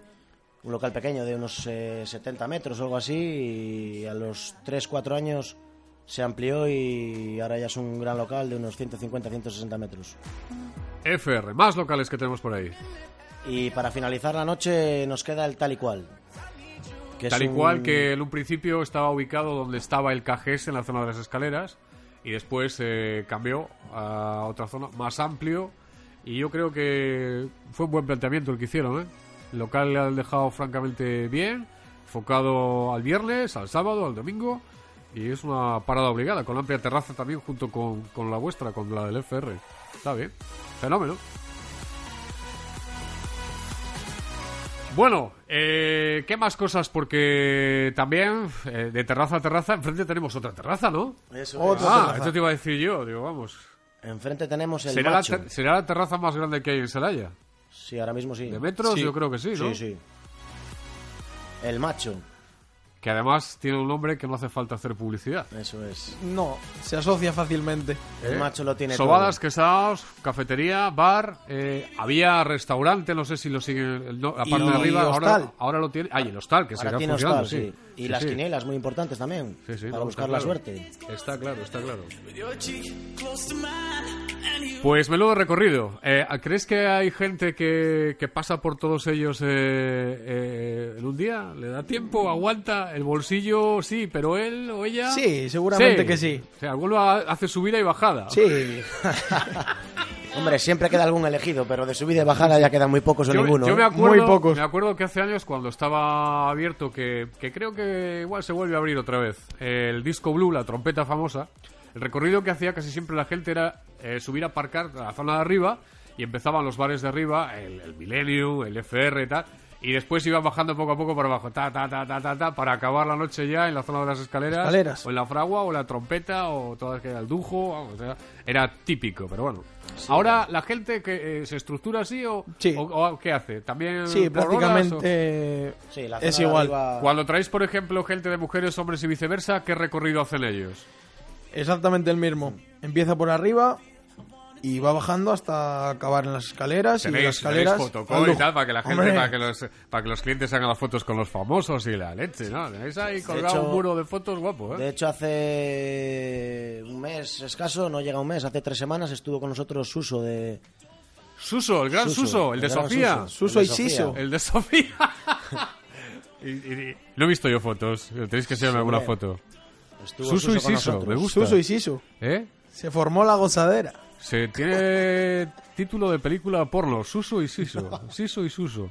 Speaker 6: un local pequeño de unos eh, 70 metros o algo así y a los 3, 4 años se amplió y ahora ya es un gran local de unos 150, 160 metros.
Speaker 1: FR, más locales que tenemos por ahí.
Speaker 6: Y para finalizar la noche nos queda el tal y cual. que es
Speaker 1: Tal y
Speaker 6: un-
Speaker 1: cual que en un principio estaba ubicado donde estaba el KGS en la zona de las escaleras y después eh, cambió a otra zona más amplio y yo creo que fue un buen planteamiento el que hicieron. ¿eh? El local le han dejado francamente bien, enfocado al viernes, al sábado, al domingo Y es una parada obligada, con amplia terraza también junto con, con la vuestra, con la del FR. Está bien. Fenómeno. Bueno, eh, ¿qué más cosas? Porque también eh, de terraza a terraza, enfrente tenemos otra terraza, ¿no?
Speaker 6: Eso
Speaker 5: Otra.
Speaker 1: ah,
Speaker 5: terraza.
Speaker 1: esto te iba a decir yo, digo, vamos.
Speaker 6: es. Enfrente tenemos el
Speaker 1: ¿Será la,
Speaker 6: macho.
Speaker 1: ter- será la terraza más grande que hay en Celaya?
Speaker 6: Sí, ahora mismo sí.
Speaker 1: ¿De metros?
Speaker 5: Sí.
Speaker 1: Yo creo que sí, ¿no?
Speaker 6: Sí, sí. El macho,
Speaker 1: Que además tiene un nombre que no hace falta hacer publicidad.
Speaker 6: eso es.
Speaker 5: No, se asocia fácilmente.
Speaker 6: El
Speaker 1: ¿eh?
Speaker 6: macho lo tiene
Speaker 1: Sobadas,
Speaker 6: todo.
Speaker 1: quesados, cafetería, bar. eh, había restaurante, no sé si lo siguen. No, la parte
Speaker 5: Y
Speaker 1: de arriba, ahora,
Speaker 5: hostal.
Speaker 1: ahora lo tiene. Ah, y el hostal, que
Speaker 6: Ahora
Speaker 1: seguirá
Speaker 6: tiene
Speaker 1: funcionando,
Speaker 6: hostal, sí. Y
Speaker 1: Sí,
Speaker 6: las
Speaker 1: sí.
Speaker 6: quinielas, muy importantes también.
Speaker 1: Sí, sí,
Speaker 6: para
Speaker 1: no,
Speaker 6: buscar
Speaker 1: está
Speaker 6: la
Speaker 1: claro.
Speaker 6: suerte.
Speaker 1: Está claro, está claro. Pues menudo recorrido. Eh, ¿Crees que hay gente que, que pasa por todos ellos eh, eh, en un día? ¿Le da tiempo? ¿Aguanta? ¿El bolsillo sí, pero él o ella?
Speaker 5: Sí, seguramente que sí.
Speaker 1: O sea, alguno ha- hace subida y bajada.
Speaker 5: Sí,
Speaker 6: Hombre, siempre queda algún elegido, pero de subida y bajada ya quedan muy pocos o
Speaker 1: Yo,
Speaker 6: ninguno.
Speaker 1: yo me
Speaker 6: ¿eh?
Speaker 1: acuerdo,
Speaker 5: Muy pocos.
Speaker 1: me acuerdo que hace años cuando estaba abierto, que, que creo que igual se vuelve a abrir otra vez, el disco blue, la trompeta famosa, el recorrido que hacía casi siempre la gente era eh, subir a aparcar a la zona de arriba y empezaban los bares de arriba, el, el Millennium, el FR y tal, y después iban bajando poco a poco para abajo, ta, ta, ta, ta, ta, ta, para acabar la noche ya en la zona de las escaleras,
Speaker 5: Escaleras.
Speaker 1: o en la fragua, o la trompeta, o todas que era el dujo, vamos, era, era típico, pero bueno. Ahora la gente que eh, se estructura así o,
Speaker 5: Sí.
Speaker 1: o- o qué hace? También
Speaker 5: sí,
Speaker 1: por horas,
Speaker 5: prácticamente
Speaker 6: Sí, la zona
Speaker 5: es
Speaker 6: de
Speaker 5: igual.
Speaker 1: o-
Speaker 6: arriba-
Speaker 1: Cuando traéis, por ejemplo, gente de mujeres, hombres y viceversa, ¿qué recorrido hacen ellos?
Speaker 5: Exactamente el mismo. Empieza por arriba y va bajando hasta acabar en las escaleras y de
Speaker 1: Tenéis, tenéis
Speaker 5: las escaleras. al
Speaker 1: fotocall y
Speaker 5: lujo.
Speaker 1: tal para que la gente,
Speaker 5: Hombre,
Speaker 1: para que los, para que los clientes hagan las fotos con los famosos y la leche, ¿no? Tenéis ahí colgado
Speaker 6: hecho-
Speaker 1: un muro de fotos guapo,
Speaker 6: De
Speaker 1: ¿eh?
Speaker 6: hecho, hace un mes escaso, no llega un mes, hace tres semanas estuvo con nosotros Suso de...
Speaker 1: Suso, el gran Suso, el, de
Speaker 6: gran
Speaker 1: Sofía.
Speaker 5: Suso
Speaker 6: el
Speaker 5: y
Speaker 6: de Sofía.
Speaker 5: Siso.
Speaker 1: El de Sofía. Y- y- y- no he visto yo fotos. Tenéis que enseñarme alguna
Speaker 6: hombre.
Speaker 1: foto.
Speaker 6: Estuvo
Speaker 1: Suso y
Speaker 6: con
Speaker 1: Siso,
Speaker 6: nosotros.
Speaker 1: me gusta.
Speaker 5: Suso y Siso.
Speaker 1: ¿Eh?
Speaker 5: Se formó la gozadera.
Speaker 1: Se tiene título de película porno, Suso y Siso. Siso y Suso.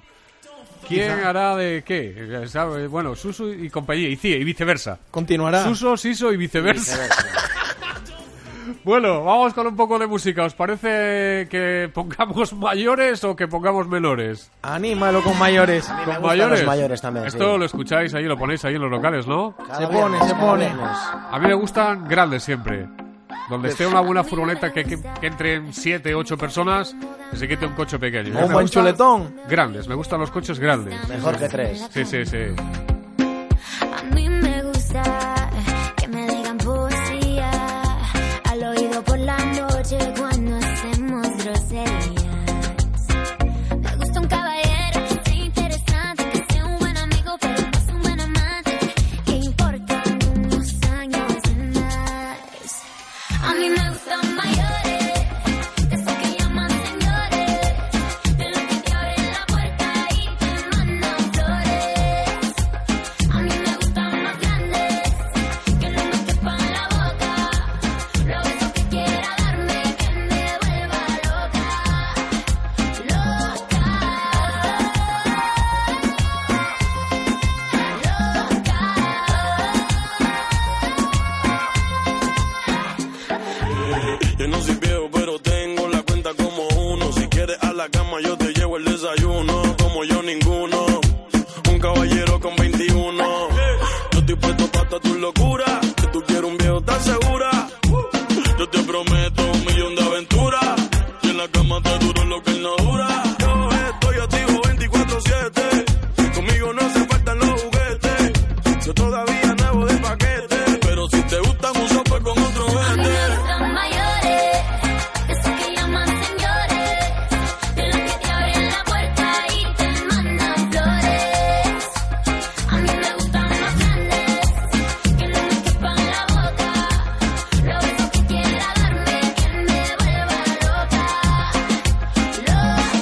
Speaker 1: ¿Quién hará de qué? ¿Sabe? Bueno, Suso y compañía, y, Cie, y viceversa.
Speaker 6: Ah.
Speaker 5: Continuará.
Speaker 1: Suso, Siso y viceversa. bueno, vamos con un poco de música. ¿Os parece que pongamos mayores o que pongamos menores?
Speaker 5: Anímalo con mayores.
Speaker 6: Me gustan
Speaker 1: ¿Con mayores?
Speaker 6: los mayores también,
Speaker 1: Esto
Speaker 6: sí.
Speaker 1: lo escucháis ahí, lo ponéis ahí en los locales, ¿no?
Speaker 6: Cada
Speaker 5: Se pone,
Speaker 6: viernes,
Speaker 5: se
Speaker 6: cada
Speaker 5: pone.
Speaker 6: viernes.
Speaker 1: A mí me gustan grandes siempre. Donde esté una buena furgoneta que, que, que entren 7, 8 personas, que se quite un coche pequeño.
Speaker 5: O un
Speaker 1: Me
Speaker 5: buen
Speaker 1: gustan
Speaker 5: chuletón.
Speaker 1: Grandes, me gustan los coches grandes.
Speaker 6: Mejor que tres.
Speaker 1: Sí, sí, sí.
Speaker 7: A mí me gusta que me digan poesía al oído por la noche cuando hacemos groserías. Me gusta un caballero que sea interesante, que sea un buen amigo, pero no es un buen amante. ¿Qué importa unos años más? A mí me gustan mayores, de esos que llaman señores, de los que te abren la puerta y te mandan flores. A mí me gustan más grandes, que no me quepan la boca. Lo beso que quiera darme, que me vuelva loca, loca,
Speaker 2: Yo no soy viejo, pero tengo la cuenta como uno. Si quieres a la cama, yo te llevo el desayuno. Como yo ninguno, un caballero con 21. Yo estoy puesto para todas tus locuras. Que tú quieres un viejo, ¿estás segura? Yo te prometo un millón de aventuras. Y en la cama te duro lo que él no dura. Yo estoy activo 24-7. Conmigo no se faltan los juguetes. Yo todavía nuevo de paquete. Pero si te gustan un sopa con otro
Speaker 7: a mí me
Speaker 2: vete.
Speaker 7: gustan mayores, de esos que llaman señores, de los que te abren la puerta y te mandan flores. A mí me gustan más grandes, que no me quepan la boca. Lo beso que quiera darme, que me vuelva loca, loca.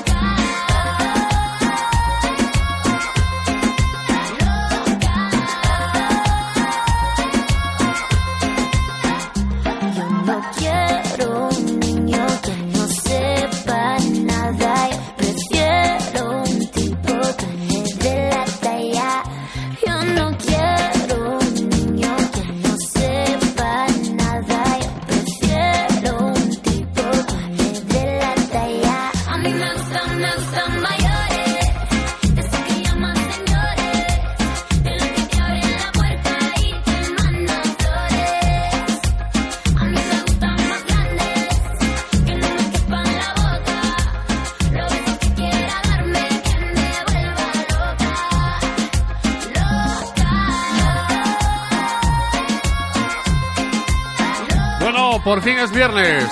Speaker 1: Por fin es viernes.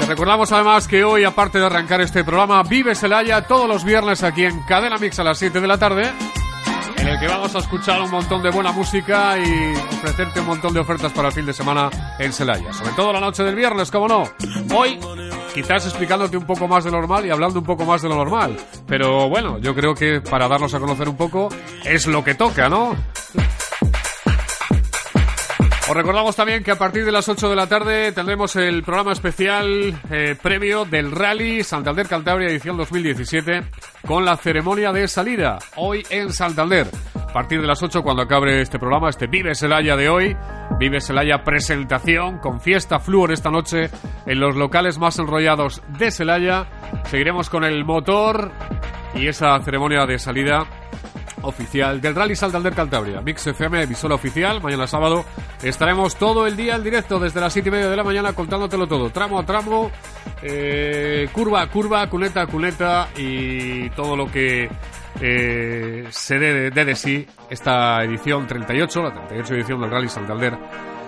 Speaker 1: Te recordamos además que hoy, aparte de arrancar este programa, Vive Celaya todos los viernes aquí en Cadena Mix a las 7 de la tarde, en el que vamos a escuchar un montón de buena música y ofrecerte un montón de ofertas para el fin de semana en Celaya. Sobre todo la noche del viernes, como no. Hoy, quizás explicándote un poco más de lo normal y hablando un poco más de lo normal. Pero bueno, yo creo que para darnos a conocer un poco es lo que toca, ¿no? Os recordamos también que a partir de las 8 de la tarde tendremos el programa especial eh, previo del Rally Santander Cantabria edición 2017 con la ceremonia de salida hoy en Santander. A partir de las 8 cuando acabe este programa, este Vive Selaya de hoy, Vive Selaya presentación con fiesta flúor esta noche en los locales más enrollados de Selaya. Seguiremos con el motor y esa ceremonia de salida oficial del Rally Santander Cantabria. Mix FM, emisora oficial. Mañana sábado estaremos todo el día en directo desde las 7 y media de la mañana contándotelo todo, tramo a tramo, eh, curva a curva, cuneta a cuneta y todo lo que eh, se dé de, dé de sí esta edición 38, la 38 edición del Rally Santander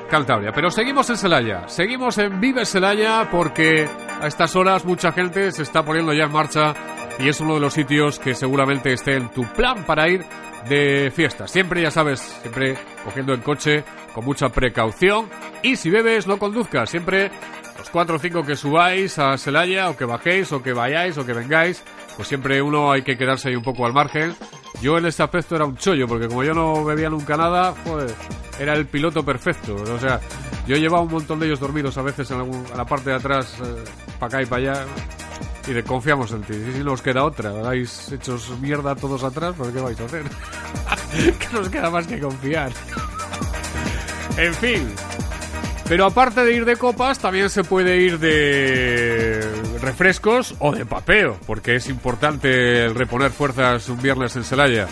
Speaker 1: Cantabria. Pero seguimos en Celaya, seguimos en Vive Celaya porque a estas horas mucha gente se está poniendo ya en marcha y es uno de los sitios que seguramente esté en tu plan para ir de fiesta. Siempre, ya sabes, siempre cogiendo el coche con mucha precaución y si bebes no conduzcas, siempre los cuatro o cinco que subáis a Celaya o que bajéis o que vayáis o que vengáis, pues siempre uno hay que quedarse ahí un poco al margen. Yo en este aspecto era un chollo, porque como yo no bebía nunca nada, joder, era el piloto perfecto. O sea, yo llevaba un montón de ellos dormidos a veces en, algún- a la parte de atrás, para acá y para allá, y de confiamos en ti. Y si nos queda otra, habéis hechos mierda todos atrás, pues ¿qué vais a hacer? que nos queda más que confiar. en fin, pero aparte de ir de copas, también se puede ir de refrescos o de papeo, porque es importante el reponer fuerzas un viernes en Celaya.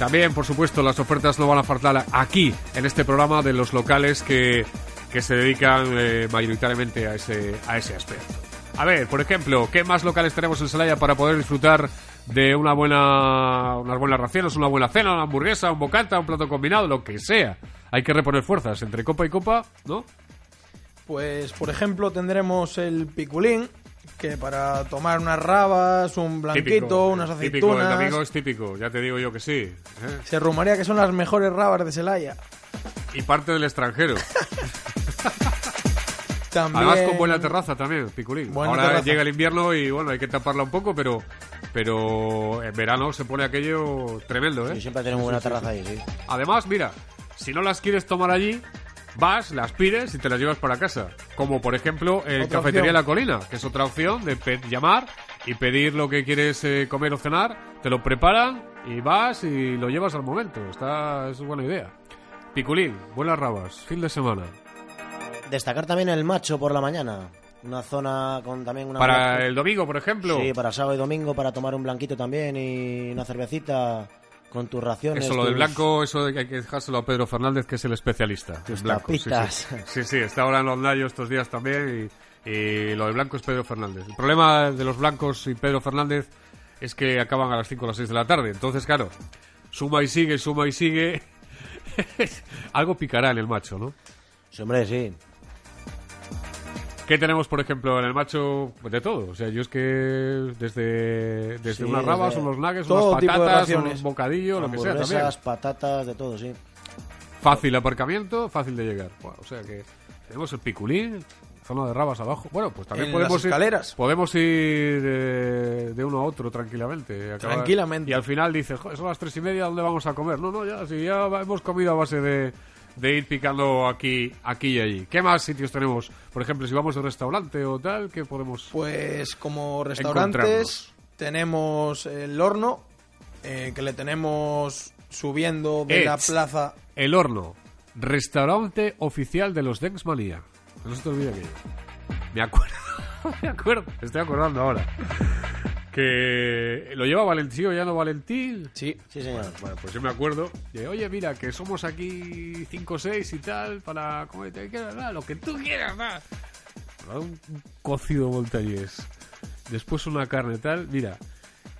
Speaker 1: También, por supuesto, las ofertas no van a faltar aquí, en este programa de los locales que, que se dedican eh, mayoritariamente a ese, a ese aspecto. A ver, por ejemplo, ¿qué más locales tenemos en Celaya para poder disfrutar de una buena, unas buenas raciones, una buena cena, una hamburguesa, un bocata, un plato combinado, lo que sea? Hay que reponer fuerzas entre copa y copa, ¿no?
Speaker 5: Pues, por ejemplo, tendremos el piculín, que para tomar unas rabas, un blanquito,
Speaker 1: Típico,
Speaker 5: unas
Speaker 1: Típico, el
Speaker 5: aceitunas.
Speaker 1: domingo es típico, ya te digo yo que sí. ¿eh?
Speaker 5: Se rumorea que son las mejores rabas de Celaya.
Speaker 1: Y parte del extranjero.
Speaker 5: También...
Speaker 1: Además con buena terraza también, piculín.
Speaker 5: Buena
Speaker 1: Ahora
Speaker 5: terraza.
Speaker 1: llega el invierno y bueno, hay que taparla un poco, pero pero en verano se pone aquello tremendo, ¿eh?
Speaker 6: Sí, siempre tenemos buena terraza ahí, sí.
Speaker 1: Además, mira, si no las quieres tomar allí, vas, las pides y te las llevas para casa. Como por ejemplo el
Speaker 5: Otra
Speaker 1: Cafetería
Speaker 5: opción.
Speaker 1: La Colina, que es otra opción de pe- llamar y pedir lo que quieres eh, comer o cenar, te lo preparan y vas y lo llevas al momento. Está, es buena idea. Piculín, buenas rabas, fin de semana.
Speaker 6: Destacar también el macho por la mañana. Una zona con también una.
Speaker 1: Para el domingo, por ejemplo.
Speaker 6: Sí, para sábado y domingo, para tomar un blanquito también y una cervecita con tus raciones.
Speaker 1: Eso, lo del
Speaker 6: tus-
Speaker 1: blanco, eso hay que dejárselo a Pedro Fernández, que es el especialista.
Speaker 6: Tus
Speaker 1: en blanco, sí, sí.
Speaker 6: tapitas.
Speaker 1: Sí, sí, está ahora en los Nayos estos días también y, y lo de blanco es Pedro Fernández. El problema de los blancos y Pedro Fernández es que acaban a las 5 o las 6 de la tarde. Entonces, claro, suma y sigue, suma y sigue. Algo picará en el macho, ¿no?
Speaker 6: Sí, hombre, sí.
Speaker 1: ¿Qué tenemos, por ejemplo, en el macho? Pues De todo. O sea, yo es que desde, desde
Speaker 6: Sí,
Speaker 1: unas rabas,
Speaker 6: desde
Speaker 1: unos nuggets,
Speaker 5: todo
Speaker 1: unas
Speaker 5: tipo de
Speaker 1: patatas,
Speaker 5: raciones.
Speaker 1: unos bocadillos, lo que sea también.
Speaker 6: Hamburguesas, patatas, de todo, sí.
Speaker 1: Fácil aparcamiento, fácil de llegar. Buah, o sea que tenemos el piculín, zona de rabas abajo. Bueno, pues también
Speaker 5: En
Speaker 1: podemos
Speaker 5: las
Speaker 1: ir,
Speaker 5: escaleras.
Speaker 1: podemos ir de, de uno a otro tranquilamente. eh, acabar-
Speaker 5: Tranquilamente.
Speaker 1: Y al final dices, "Joder, son las tres y media, ¿dónde vamos a comer? No, no, ya, si ya va- hemos comido a base de, de ir picando aquí, aquí y allí. ¿Qué más sitios tenemos? Por ejemplo, si vamos a un restaurante o tal, ¿qué podemos...?
Speaker 5: Pues como restaurantes
Speaker 1: Encontrarnos.
Speaker 5: tenemos el horno, eh, que le tenemos subiendo de
Speaker 1: Eh,
Speaker 5: la
Speaker 1: tss.
Speaker 5: plaza.
Speaker 1: El Horno, restaurante oficial de los Dengs Manía. No se te olvide aquello. Me acuerdo, me acuerdo, me estoy acordando ahora. Que lo lleva Valentí o ya no Valentí.
Speaker 5: Sí.
Speaker 6: Sí, señor.
Speaker 1: Bueno, pues yo me acuerdo de, oye, mira, que somos aquí 5 o 6 y tal, para como te quieras, nada, lo que tú quieras, nada. Me ha dado Un un cocido montañés. Después una carne tal, mira.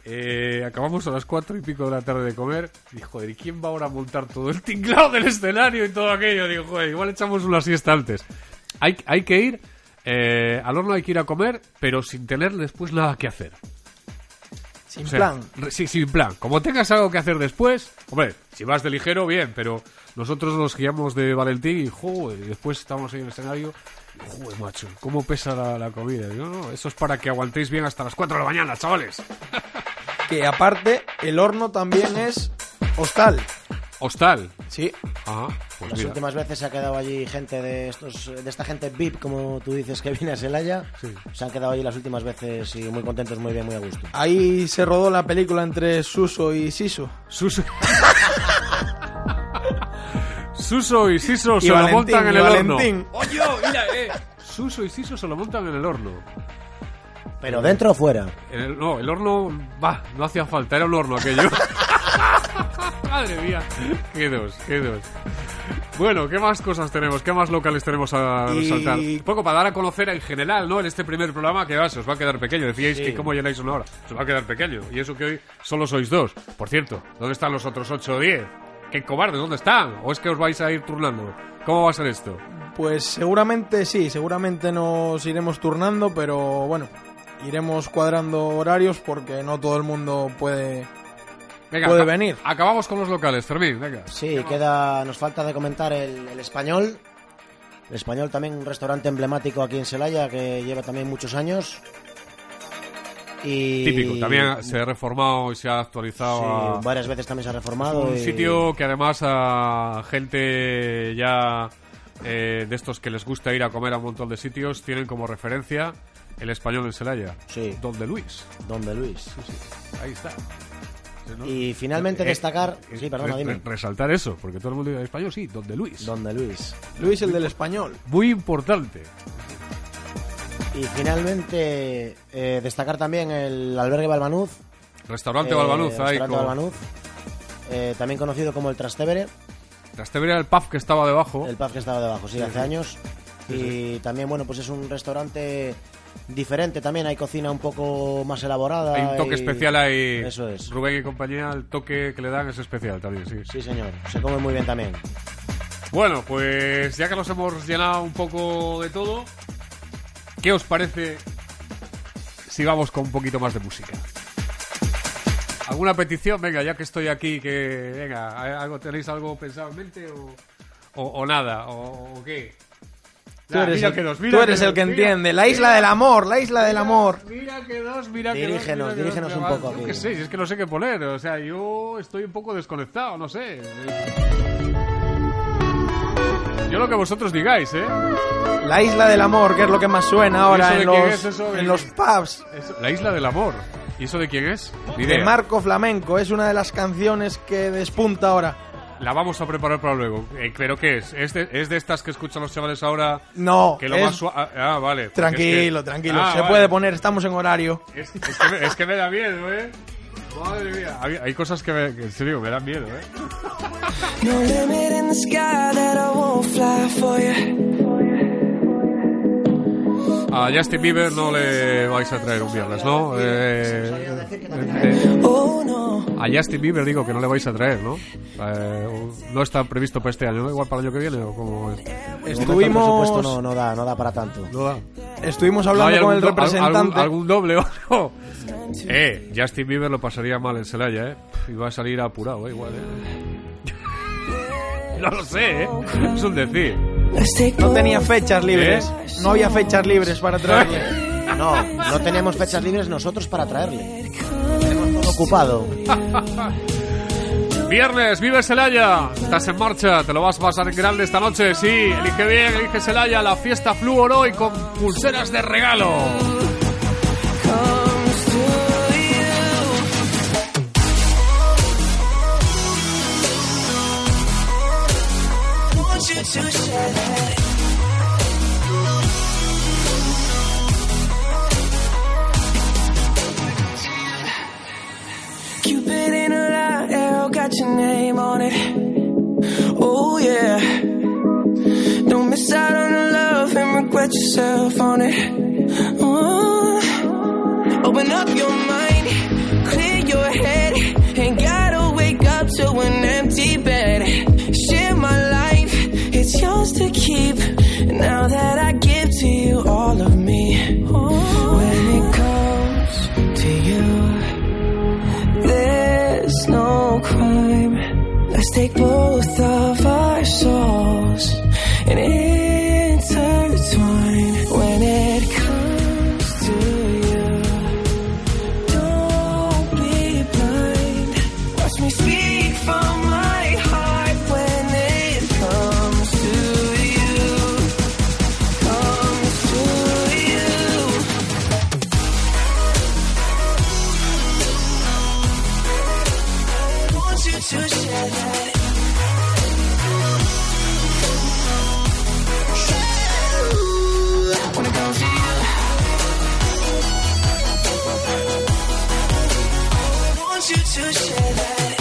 Speaker 1: eh, acabamos a las 4 y pico de la tarde de comer. Y joder, ¿y quién va ahora a montar todo el tinglado del escenario y todo aquello? Digo, joder, igual echamos una siesta antes. Hay, hay que ir, eh, al horno hay que ir a comer, pero sin tener después nada que hacer.
Speaker 5: Sin
Speaker 1: O sea,
Speaker 5: plan.
Speaker 1: re- sí, sin plan. Como tengas algo que hacer después, hombre, si vas de ligero, bien, pero nosotros nos guiamos de Valentín y, joder, y después estamos ahí en el escenario. y, Joder, macho, ¿cómo pesa la, la comida? Y yo, no, eso es para que aguantéis bien hasta las 4 de la mañana, chavales.
Speaker 5: Que aparte, el horno también es hostal.
Speaker 1: Hostal.
Speaker 5: Sí,
Speaker 1: Ah, pues
Speaker 6: Las
Speaker 1: mira.
Speaker 6: últimas veces se ha quedado allí gente de estos, de esta gente VIP, como tú dices, que viene a Celaya.
Speaker 1: Sí.
Speaker 6: Se han quedado allí las últimas veces y muy contentos, muy bien, muy a gusto.
Speaker 5: ahí se rodó la película entre Suso y Siso.
Speaker 1: Suso. Suso y Siso se
Speaker 5: y
Speaker 1: lo montan en
Speaker 5: y
Speaker 1: el
Speaker 5: Valentín.
Speaker 1: horno. Oye, mira, eh. Suso y Siso se lo montan en el horno.
Speaker 6: Pero dentro o fuera.
Speaker 1: En el- no, el horno, va, no hacía falta, era un horno aquello. Madre mía, qué dos, qué dos. Bueno, ¿qué más cosas tenemos? ¿Qué más locales tenemos a
Speaker 5: Y-
Speaker 1: resaltar? Un poco para dar a conocer en general, ¿no? En este primer programa que va, se os va a quedar pequeño. Decíais que cómo llenáis una hora. Se os va a quedar pequeño. Y eso que hoy solo sois dos. Por cierto, ¿dónde están los otros ocho o diez? ¡Qué cobardes! ¿Dónde están? ¿O es que os vais a ir turnando? ¿Cómo va a ser esto?
Speaker 5: Pues seguramente sí, seguramente nos iremos turnando, pero bueno, iremos cuadrando horarios porque no todo el mundo puede.
Speaker 1: Venga,
Speaker 5: Puede
Speaker 1: aca-
Speaker 5: venir.
Speaker 1: Acabamos con los locales, Fermín, venga.
Speaker 6: Sí, queda, nos falta de comentar el, el español. El español también un restaurante emblemático aquí en Celaya que lleva también muchos años. Y
Speaker 1: Típico, también se ha reformado y se ha
Speaker 6: Sí, eh,
Speaker 1: actualizado. a-
Speaker 6: varias veces también se ha reformado.
Speaker 1: un
Speaker 6: y-
Speaker 1: sitio que además a gente ya eh, de estos que les gusta ir a comer a un montón de sitios tienen como referencia el español en Celaya.
Speaker 6: Sí.
Speaker 1: Don de Luis.
Speaker 6: Donde Luis.
Speaker 1: Ahí está. ¿No?
Speaker 6: Y finalmente
Speaker 1: Eh,
Speaker 6: destacar.
Speaker 1: eh,
Speaker 6: Sí, perdona,
Speaker 1: re-
Speaker 6: dime.
Speaker 1: re- Resaltar eso, porque todo el mundo dice español, sí, Don de Luis.
Speaker 6: Donde Luis.
Speaker 5: Luis, el del español.
Speaker 1: Muy importante.
Speaker 6: Y finalmente eh, destacar también el albergue Balmanuz.
Speaker 1: Restaurante
Speaker 6: eh,
Speaker 1: Balbaluz, ahí
Speaker 6: restaurante
Speaker 1: con-
Speaker 6: Balmanuz, eh, también conocido como el Trastevere,
Speaker 1: Trastevere era el pub que estaba debajo.
Speaker 6: el pub que estaba debajo, sí, hace años. y también, bueno, pues es un restaurante diferente también, hay cocina un poco más elaborada.
Speaker 1: Hay un toque
Speaker 6: y-
Speaker 1: especial ahí.
Speaker 6: Eso es.
Speaker 1: Rubén y compañía, el toque que le dan es especial también, sí.
Speaker 6: Sí, señor, se come muy bien también.
Speaker 1: Bueno, pues ya que nos hemos llenado un poco de todo, ¿qué os parece si vamos con un poquito más de música? ¿Alguna petición? Venga, ya que estoy aquí, que venga, ¿algo, ¿tenéis algo pensado en mente o, o- o nada? ¿O, o qué?
Speaker 5: Tú
Speaker 1: Nah,
Speaker 5: eres,
Speaker 1: mira
Speaker 5: el,
Speaker 1: que dos,
Speaker 5: tú
Speaker 1: mira
Speaker 5: eres
Speaker 1: que
Speaker 5: el
Speaker 1: dos,
Speaker 5: que
Speaker 1: mira,
Speaker 5: entiende. La isla del amor, la isla del amor.
Speaker 1: Mira que dos, mira que dos.
Speaker 6: Dirígenos,
Speaker 1: mira que
Speaker 6: dirígenos
Speaker 1: dos,
Speaker 6: un
Speaker 1: mira,
Speaker 6: poco
Speaker 1: Yo
Speaker 6: aquí.
Speaker 1: qué sé, si es que no sé qué poner. O sea, yo estoy un poco desconectado, no sé. Yo lo que vosotros digáis, ¿eh?
Speaker 5: La isla del amor, que es lo que más suena
Speaker 1: eso
Speaker 5: ahora
Speaker 1: de
Speaker 5: en
Speaker 1: quién
Speaker 5: los,
Speaker 1: es eso?
Speaker 5: en los pubs.
Speaker 1: Eso- La isla del amor. ¿Y eso de quién es? Ni
Speaker 5: De
Speaker 1: idea.
Speaker 5: Marco Flamenco, es una de las canciones que despunta ahora.
Speaker 1: La vamos a preparar para luego. Eh, ¿Pero qué es? ¿Es de, es de estas que escuchan los chavales ahora?
Speaker 5: No,
Speaker 1: Que lo
Speaker 5: es-
Speaker 1: más sua- ah, Ah, vale. porque
Speaker 5: Tranquilo,
Speaker 1: es que-
Speaker 5: tranquilo.
Speaker 1: Ah,
Speaker 5: se
Speaker 1: vale.
Speaker 5: puede poner, estamos en horario.
Speaker 1: Es, es que me, es que me da miedo, ¿eh? Madre mía. Hay, hay cosas que, me- que, en serio, me dan miedo, ¿eh?
Speaker 3: No limit in the sky that I won't fly for you.
Speaker 1: A Justin Bieber no le vais a traer un viernes, ¿no? Eh, eh,
Speaker 3: Oh no.
Speaker 1: a Justin Bieber digo que no le vais a traer, ¿no? Eh, un- no está previsto para este año, ¿no? Igual para el año que viene o como...
Speaker 6: De momento el presupuesto
Speaker 5: Estuvimos,
Speaker 6: no, no da, no da para tanto.
Speaker 5: estuvimos
Speaker 1: ¿No hay
Speaker 5: hablando con el
Speaker 1: algún do-
Speaker 5: representante.
Speaker 1: algún- algún doble o no? Eh, Justin Bieber lo pasaría mal en Celaya, ¿eh? Pff, Iba a salir apurado, ¿eh? Igual, ¿eh? No lo sé, ¿eh? Es un decir.
Speaker 3: Let's take
Speaker 5: No tenía fechas libres.
Speaker 1: ¿Eh?
Speaker 5: No había fechas libres para traerle.
Speaker 6: No, no teníamos fechas libres nosotros para traerle. Tenemos todo ocupado.
Speaker 1: Viernes, vive Celaya. Estás en marcha, te lo vas a pasar en grande esta noche. Sí, elige bien, elige Celaya, la fiesta fluor hoy con pulseras de regalo.
Speaker 3: comes to you. Want you to share that. Cupid in a light arrow got your name on it. Oh yeah. Don't miss out on the love and regret yourself on it. Oh. Open up your mind, clear your head. Ain't gotta wake up to an empty bed. Share my life, it's yours to keep. Now that I crime. Let's take both of our souls and intertwine when it comes to you. Don't be blind. Watch me speak from my heart when it comes to you. Comes to you. want you to share that. When it comes to you, want you to share that.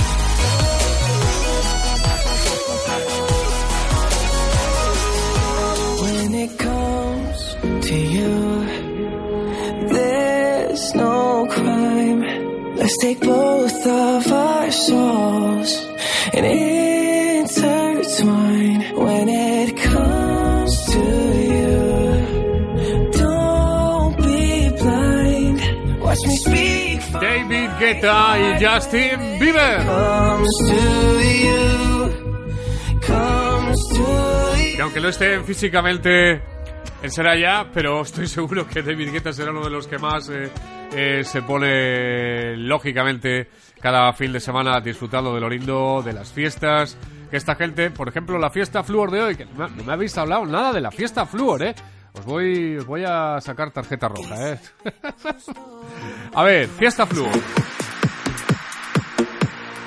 Speaker 3: When it comes to you. There's no crime. Let's take both of our souls and intertwine when it comes to you. Don't be blind. Watch me speak. for
Speaker 1: David Guetta y Justin Bieber.
Speaker 3: Comes to you. Comes to you.
Speaker 1: Y aunque no estén físicamente en Seraya, pero estoy seguro que David Guetta será uno de los que más eh, eh, se pone, lógicamente, cada fin de semana disfrutando de lo lindo, de las fiestas. Que esta gente, por ejemplo, la fiesta Fluor de hoy, que no me- no me habéis hablado nada de la fiesta Fluor, ¿eh? Os voy, os voy a sacar tarjeta roja, ¿eh? a ver, fiesta Fluor.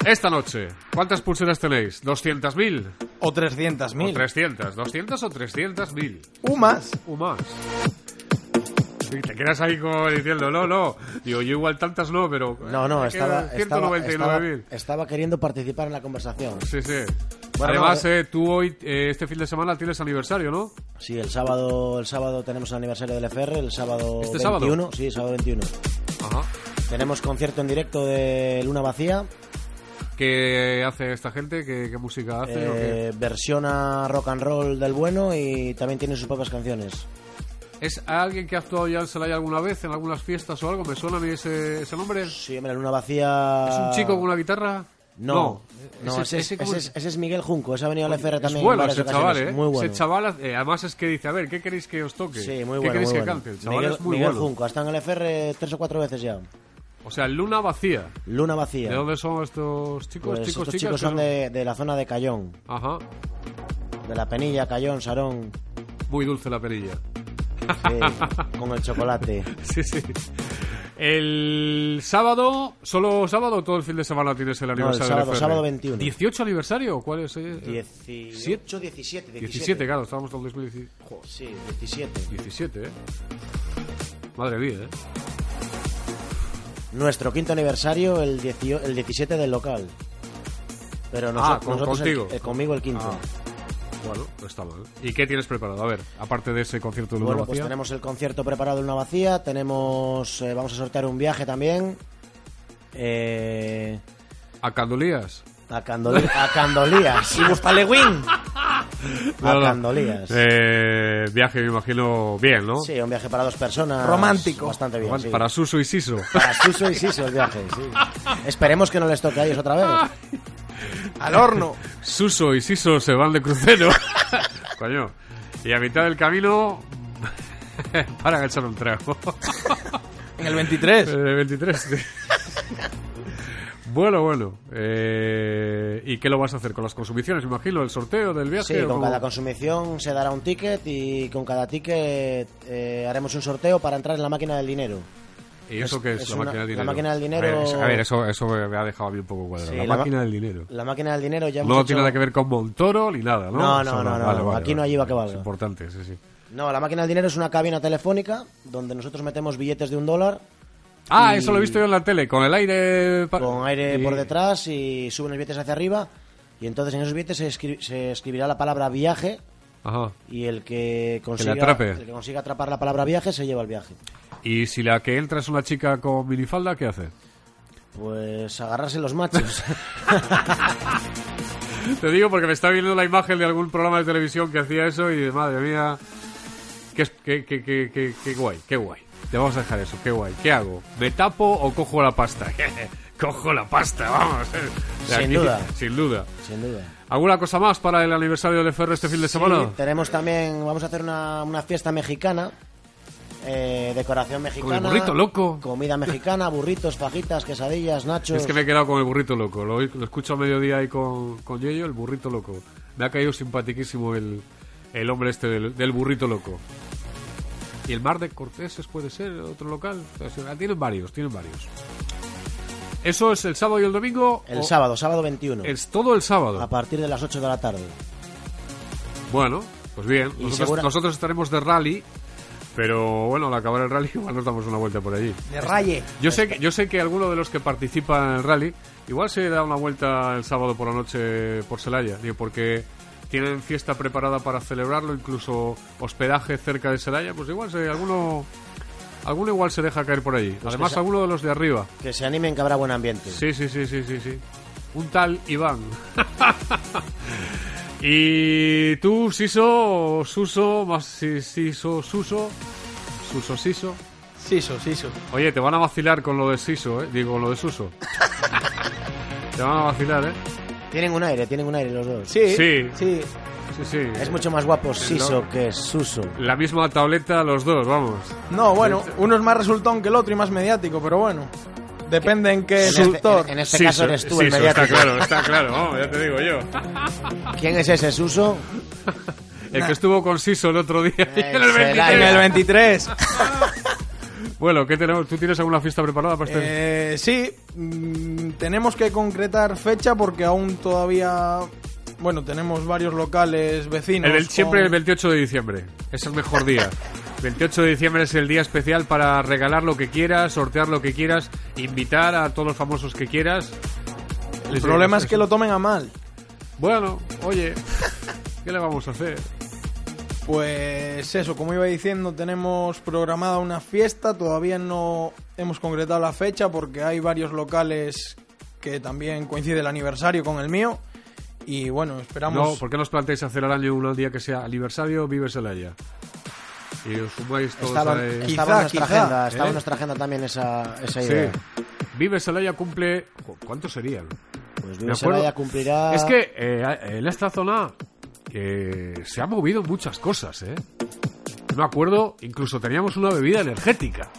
Speaker 1: Esta noche, ¿cuántas pulseras tenéis? ¿200.000?
Speaker 5: O 300.000.
Speaker 1: ¿O 300? ¿200 o 300.000?
Speaker 5: U más.
Speaker 1: o más. Y te quedas ahí como diciendo, no, no. Digo, yo igual tantas no, pero. eh,
Speaker 6: No, no,
Speaker 1: Me
Speaker 6: estaba,
Speaker 1: quedan
Speaker 6: estaba,
Speaker 1: 199.000.
Speaker 6: estaba- estaba queriendo participar en la conversación.
Speaker 1: Sí, sí.
Speaker 6: Bueno,
Speaker 1: Además,
Speaker 6: no,
Speaker 1: eh, tú hoy, eh, este fin de semana, tienes aniversario, ¿no?
Speaker 6: Sí, el sábado, el sábado tenemos el aniversario del FR, el sábado
Speaker 1: ¿Este
Speaker 6: 21.
Speaker 1: sábado?
Speaker 6: Sí, sábado 21.
Speaker 1: Ajá.
Speaker 6: Tenemos concierto en directo de Luna Vacía,
Speaker 1: Ah, ¿Qué hace esta gente? ¿Qué, qué música hace? o qué?
Speaker 6: eh, versión a rock and roll del bueno y también tiene sus propias canciones.
Speaker 1: ¿Es alguien que ha actuado ya en Celaya alguna vez, en algunas fiestas o algo? ¿Me suena a mí ese, ese nombre? ¿Es
Speaker 6: Sí, hombre, Luna Vacía...
Speaker 1: un chico con una guitarra?
Speaker 6: Ah. No, no,
Speaker 1: Ese-
Speaker 6: ese, es-
Speaker 1: ese como-
Speaker 6: ese es- ese es Miguel Junco, ese ha venido al FR
Speaker 1: Es
Speaker 6: también en
Speaker 1: bueno
Speaker 6: varias
Speaker 1: ese
Speaker 6: ocasiones.
Speaker 1: chaval, ¿eh?
Speaker 6: Muy bueno.
Speaker 1: Ese chaval, eh, además es que dice, a ver, ¿qué queréis que os toque?
Speaker 6: Sí, muy
Speaker 1: ¿Qué
Speaker 6: bueno.
Speaker 1: queréis
Speaker 6: muy
Speaker 1: que
Speaker 6: bueno.
Speaker 1: cante? El chaval
Speaker 6: Miguel,
Speaker 1: es muy
Speaker 6: Miguel
Speaker 1: bueno.
Speaker 6: Junco, ha estado en el FR tres o cuatro veces ya.
Speaker 1: O sea, luna vacía.
Speaker 6: Luna
Speaker 1: ¿De
Speaker 6: Vacía.
Speaker 1: dónde son estos chicos, chicos,
Speaker 6: Pues estos
Speaker 1: chicas?
Speaker 6: chicos
Speaker 1: que
Speaker 6: son
Speaker 1: no-
Speaker 6: de, de la zona de Cayón,
Speaker 1: Ajá.
Speaker 6: de La Penilla, Cayón, Sarón,
Speaker 1: Muy dulce la perilla.
Speaker 6: sí, con el chocolate.
Speaker 1: Sí, sí. El sábado, ¿solo sábado o todo el fin de semana tienes el
Speaker 6: No, el
Speaker 1: aniversario?
Speaker 6: sábado,
Speaker 1: del FR?
Speaker 6: sábado 21.
Speaker 1: 18 aniversario, ¿cuál es? eh?
Speaker 6: 18, 17, 17.
Speaker 1: 17, claro, estábamos con 2017, Joder,
Speaker 6: Sí, 17.
Speaker 1: 17, ¿eh? Madre mía, ¿eh?
Speaker 6: Nuestro quinto aniversario, el, 18 el 17 del local. Pero noso-
Speaker 1: Ah, con-
Speaker 6: nosotros el-
Speaker 1: contigo.
Speaker 6: eh, conmigo el quinto.
Speaker 1: Ah, Bueno, no está mal. ¿Y qué tienes preparado? A ver, aparte de ese concierto de Luna
Speaker 6: Bueno, pues
Speaker 1: Vacía.
Speaker 6: tenemos el concierto preparado en una vacía, tenemos, eh, vamos a sortear un viaje también eh,
Speaker 1: ¿A Candolías?
Speaker 6: a, Candoli- a Candolías. ¿Y Gustalegüín? A
Speaker 1: No, no.
Speaker 6: Candolías.
Speaker 1: Eh, viaje, me imagino, bien, ¿no?
Speaker 6: Sí, un viaje para dos personas.
Speaker 5: Romántico.
Speaker 6: Bastante bien. sí.
Speaker 1: Para Suso y Siso.
Speaker 6: Para Suso y Siso el viaje, sí. Esperemos que no les toque a ellos otra vez.
Speaker 5: Al horno.
Speaker 1: Suso y Siso se van de crucero. Coño. Y a mitad del camino para a echar un trago.
Speaker 5: En el 23.
Speaker 1: Eh, 23. bueno, bueno. Eh, ¿Y qué lo vas a hacer? ¿Con las consumiciones, me imagino? ¿El sorteo del viaje?
Speaker 6: Sí,
Speaker 1: o
Speaker 6: con
Speaker 1: cómo?
Speaker 6: cada consumición se dará un ticket y con cada ticket eh, haremos un sorteo para entrar en la máquina del dinero.
Speaker 1: ¿Y eso
Speaker 6: es-
Speaker 1: qué es?
Speaker 6: es
Speaker 1: la
Speaker 6: una-
Speaker 1: máquina del
Speaker 6: la
Speaker 1: dinero.
Speaker 6: máquina del
Speaker 1: A ver,
Speaker 6: dinero-
Speaker 1: eso, a ver, eso, eso me me ha dejado a mí un poco cuadrado.
Speaker 6: Sí,
Speaker 1: la,
Speaker 6: la ma-
Speaker 1: máquina del dinero.
Speaker 6: La máquina del dinero ya hemos
Speaker 1: No
Speaker 6: hecho-
Speaker 1: tiene nada que ver con Montoro ni nada, ¿no?
Speaker 6: No, no,
Speaker 1: O sea,
Speaker 6: no, no,
Speaker 1: vale,
Speaker 6: no.
Speaker 1: vale,
Speaker 6: Aquí no
Speaker 1: vale.
Speaker 6: hay IVA que valga.
Speaker 1: Es importante, sí, sí.
Speaker 6: No, la máquina del dinero es una cabina telefónica donde nosotros metemos billetes de un dólar
Speaker 1: Ah,
Speaker 6: Y-
Speaker 1: eso lo he visto yo en la tele, con el aire... pa-
Speaker 6: con aire
Speaker 1: y-
Speaker 6: por detrás y suben los billetes hacia arriba y entonces en esos billetes se, escri- se escribirá la palabra viaje
Speaker 1: Ajá.
Speaker 6: y el que consiga,
Speaker 1: atrape.
Speaker 6: el que consiga atrapar la palabra viaje se lleva el viaje.
Speaker 1: Y si la que entra es una chica con minifalda, ¿qué hace?
Speaker 6: Pues agarrarse los machos.
Speaker 1: Te digo porque me está viendo la imagen de algún programa de televisión que hacía eso y madre mía, qué, es- qué, qué, qué, qué- qué guay, qué guay. Te vamos a dejar eso, qué guay. ¿Qué hago? ¿Me tapo o cojo la pasta? cojo la pasta, vamos. De
Speaker 6: Sin duda.
Speaker 1: Sin duda.
Speaker 6: sin duda.
Speaker 1: ¿Alguna cosa más para el aniversario de Ferro este fin de semana?
Speaker 6: Sí, tenemos también, vamos a hacer una, una fiesta mexicana, eh, decoración mexicana.
Speaker 1: burrito loco.
Speaker 6: Comida mexicana, burritos, fajitas, quesadillas, nachos.
Speaker 1: Es que me he quedado con el burrito loco. Lo, oí- lo escucho a mediodía ahí con, con Yello, el burrito loco. Me ha caído simpaticísimo el, el hombre este del, del burrito loco. Y el Mar de Corteses puede ser otro local. O sea, tienen varios, tienen varios. ¿Eso es el sábado y el domingo?
Speaker 6: El
Speaker 1: o-
Speaker 6: sábado, Ah, sábado 21,
Speaker 1: Es todo el
Speaker 6: a
Speaker 1: sábado.
Speaker 6: partir de las 8 de la tarde.
Speaker 1: Bueno, pues bien.
Speaker 6: Y
Speaker 1: Nosotros,
Speaker 6: segura-
Speaker 1: nosotros estaremos de rally. Pero bueno, al acabar el rally igual nos damos una vuelta por allí.
Speaker 5: De raye.
Speaker 1: Yo sé, que, yo sé que alguno de los que participa en el rally igual se da una vuelta el sábado por la noche por Celaya, digo, porque tienen fiesta preparada para celebrarlo, incluso hospedaje cerca de Celaya, pues igual se, alguno, alguno igual se deja caer por allí. Además,
Speaker 6: que sa-
Speaker 1: alguno de los de arriba.
Speaker 6: Que se animen que habrá buen ambiente.
Speaker 1: Sí, sí, sí, sí, sí, sí. Un tal Iván. y tú, Siso, Suso, más si- Siso, Suso, Suso, Siso.
Speaker 5: Siso, siso.
Speaker 1: Oye, te van a vacilar con lo de Siso, ¿eh? Digo, lo de Suso. te van a vacilar, ¿eh?
Speaker 6: Tienen un aire, tienen un aire los dos.
Speaker 5: Sí,
Speaker 1: Sí.
Speaker 5: sí.
Speaker 1: Sí, sí.
Speaker 6: Es mucho más guapo Siso que Suso.
Speaker 1: La misma tableta los dos, vamos.
Speaker 5: No, bueno, uno es más resultón que el otro y más mediático, pero bueno. Depende en
Speaker 1: Eh,
Speaker 5: qué
Speaker 6: En este,
Speaker 5: sector.
Speaker 6: en- en este
Speaker 1: Siso,
Speaker 6: caso eres tú el
Speaker 1: Siso,
Speaker 6: mediático.
Speaker 1: Está claro, está claro, vamos, ya te digo yo.
Speaker 6: ¿Quién es ese Suso?
Speaker 1: El que estuvo con Siso el otro día. y en el
Speaker 6: Eh, será
Speaker 1: 23.
Speaker 5: En el 23.
Speaker 1: Bueno, ¿qué tenemos? ¿Tú tienes alguna fiesta preparada para este?
Speaker 5: Eh, sí, mm, tenemos que concretar fecha porque aún todavía. Bueno, tenemos varios locales vecinos.
Speaker 1: El del- siempre
Speaker 5: con-
Speaker 1: el 28 de diciembre. Es el mejor día. 28 de diciembre es el día especial para regalar lo que quieras, sortear lo que quieras, invitar a todos los famosos que quieras.
Speaker 5: El problema es que lo tomen a mal.
Speaker 1: Bueno, oye, ¿qué le vamos a hacer?
Speaker 5: Pues eso, como iba diciendo, tenemos programada una fiesta, todavía no hemos concretado la fecha porque hay varios locales que también coincide el aniversario con el mío. Y bueno,
Speaker 1: No,
Speaker 5: esperamos.
Speaker 1: ¿por qué nos planteáis hacer al año un día que sea aniversario Vive Celaya? Y os sumáis todos
Speaker 6: Estaba,
Speaker 1: ahí.
Speaker 6: estaba
Speaker 5: Quizá,
Speaker 6: en nuestra
Speaker 5: quizá,
Speaker 6: agenda, estaba
Speaker 1: ¿eh?
Speaker 6: en nuestra agenda también esa, esa
Speaker 1: Sí.
Speaker 6: idea.
Speaker 1: Vive Celaya cumple... jo, ¿Cuántos serían?
Speaker 6: Pues
Speaker 1: Me
Speaker 6: Luis
Speaker 1: acuerdo.
Speaker 6: Celaya cumplirá.
Speaker 1: Es que eh, en esta zona eh, se han movido muchas cosas, ¿eh? Yo Me acuerdo, incluso teníamos una bebida energética.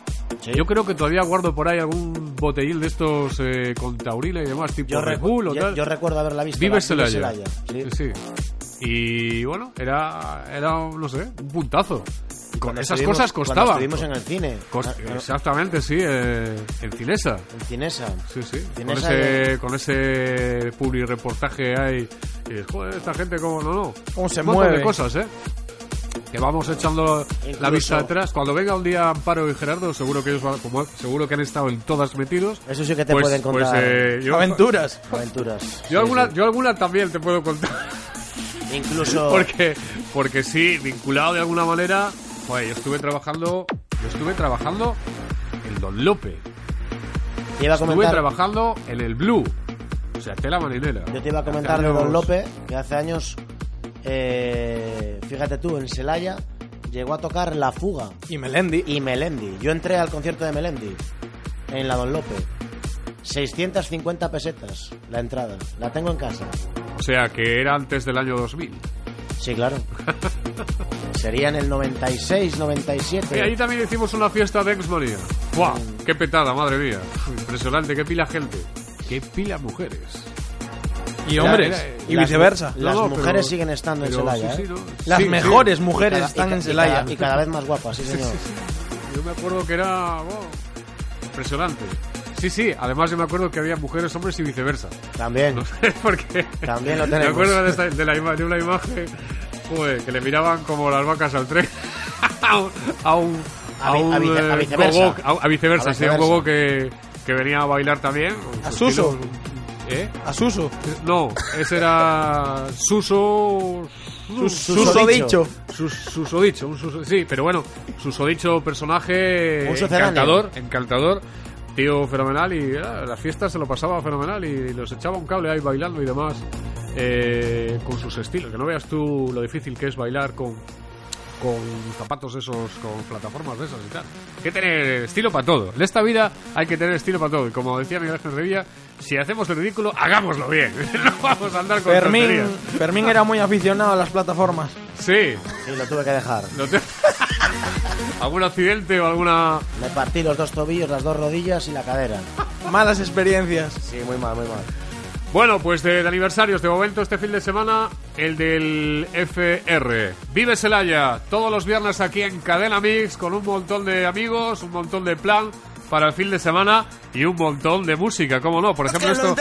Speaker 6: Sí.
Speaker 1: Yo creo que todavía guardo por ahí algún botellín de estos eh, con taurina y demás, tipo
Speaker 6: yo,
Speaker 1: Red
Speaker 6: recu-
Speaker 1: Bull o
Speaker 6: yo-
Speaker 1: tal.
Speaker 6: yo recuerdo haberla visto.
Speaker 1: Vive
Speaker 6: la-
Speaker 1: Celaya.
Speaker 6: sí.
Speaker 1: Sí, sí. Y bueno, era, era, no sé, un puntazo.
Speaker 6: Y
Speaker 1: Con
Speaker 6: cuando
Speaker 1: esas
Speaker 6: estuvimos-
Speaker 1: cosas
Speaker 6: cuando
Speaker 1: costaban.
Speaker 6: Estuvimos en el cine. Ah,
Speaker 1: Cos-
Speaker 6: en-
Speaker 1: Exactamente, sí, eh, en Cinesa.
Speaker 6: en Cinesa.
Speaker 1: Sí, sí. Con
Speaker 6: Cinesa
Speaker 1: ese, con ese publi reportaje ahí. Y dices, joder, esta gente, ¿cómo no? no.
Speaker 5: ¿Cómo se
Speaker 1: Un montón de
Speaker 5: mueve?
Speaker 1: cosas, ¿eh? Que vamos echando la
Speaker 6: Incluso-
Speaker 1: vista atrás. Cuando venga un día Amparo y Gerardo, seguro que ellos van- como seguro que han estado en todas metidos.
Speaker 6: Eso sí que te pueden
Speaker 1: pues,
Speaker 6: contar.
Speaker 1: eh, yo,
Speaker 5: Aventuras.
Speaker 6: Aventuras. Sí,
Speaker 1: yo alguna,
Speaker 6: sí.
Speaker 1: yo alguna también te puedo contar.
Speaker 6: Incluso.
Speaker 1: Porque, porque sí, vinculado de alguna manera. Joder, yo estuve trabajando. Yo estuve trabajando en Don Lope.
Speaker 6: te iba a
Speaker 1: Estuve
Speaker 6: comentar-
Speaker 1: trabajando en el Blue. O sea, tela marinera.
Speaker 6: Yo te iba a
Speaker 1: Hace
Speaker 6: comentar de
Speaker 1: años-
Speaker 6: Don López, que hace años, eh, fíjate tú, en Celaya llegó a tocar La Fuga
Speaker 5: Y Melendi.
Speaker 6: y Melendi. Yo entré al concierto de Melendi en la Don López. 650 pesetas la entrada. La tengo en casa.
Speaker 1: O sea, que era antes del año 2000.
Speaker 6: Sí, claro. Sería en el 96,
Speaker 1: Y allí
Speaker 6: 97.
Speaker 1: también hicimos una fiesta de Exmonía. ¡Buah!
Speaker 6: Mm.
Speaker 1: ¡Qué petada, madre mía! Impresionante, qué pila gente. ¡Qué pila mujeres!
Speaker 5: Y hombres.
Speaker 1: era-
Speaker 5: y
Speaker 6: Las-
Speaker 5: viceversa.
Speaker 6: Las
Speaker 1: No, no,
Speaker 6: mujeres
Speaker 1: pero-
Speaker 6: siguen estando en
Speaker 1: pero
Speaker 6: Celaya.
Speaker 1: sí,
Speaker 6: ¿eh?
Speaker 1: sí, ¿no?
Speaker 5: Las
Speaker 1: Sí, sí.
Speaker 5: mejores mujeres
Speaker 6: Cada- y
Speaker 5: están
Speaker 6: ca-
Speaker 5: en
Speaker 6: y cada-
Speaker 5: Celaya.
Speaker 6: Y cada vez más guapas, sí, señor.
Speaker 1: Yo me acuerdo que era wow, impresionante. Sí, sí, además yo me acuerdo que había mujeres, hombres y viceversa.
Speaker 6: También.
Speaker 1: No sé por qué.
Speaker 6: También lo
Speaker 1: Me
Speaker 6: tenemos.
Speaker 1: acuerdo de, esta- de la ima- de una imagen joder, que le miraban como las vacas al tren. a un. A, un,
Speaker 6: A vi- a vice-
Speaker 1: eh,
Speaker 6: a viceversa.
Speaker 1: gogo- a- a viceversa,
Speaker 6: A
Speaker 1: sí, a un
Speaker 6: viceversa.
Speaker 1: gogo que, que venía a bailar también. con
Speaker 5: A
Speaker 1: su estilo.
Speaker 5: Suso.
Speaker 1: ¿Eh?
Speaker 5: A Suso.
Speaker 1: No, ese era Suso.
Speaker 5: Suso
Speaker 6: dicho.
Speaker 5: dicho.
Speaker 1: Sus- susodicho, un suso- sí, pero bueno, susodicho personaje
Speaker 6: Un sucedáneo.
Speaker 1: encantador, encantador, tío fenomenal y ah, las fiestas se lo pasaba fenomenal y los echaba un cable ahí bailando y demás eh, con sus estilos, que no veas tú lo difícil que es bailar con con zapatos esos, con plataformas de esas y tal. Hay que tener estilo para todo. En esta vida hay que tener estilo para todo. Y como decía Miguel Ángel Revilla, si hacemos el ridículo, hagámoslo bien. no vamos a andar con
Speaker 5: Fermín,
Speaker 1: tonterías.
Speaker 5: Fermín era muy aficionado a las plataformas.
Speaker 1: Sí.
Speaker 6: Sí, lo tuve que dejar.
Speaker 1: No te- ¿Algún accidente o alguna...?
Speaker 6: Me partí los dos tobillos, las dos rodillas y la cadera.
Speaker 5: Malas experiencias.
Speaker 6: Sí, muy mal, muy mal.
Speaker 1: Bueno, pues de, de aniversarios de momento este fin de semana, el del FR. Vive Celaya, todos los viernes aquí en Cadena Mix con un montón de amigos, un montón de plan para el fin de semana y un montón de música, ¿cómo no? Por ejemplo, esto,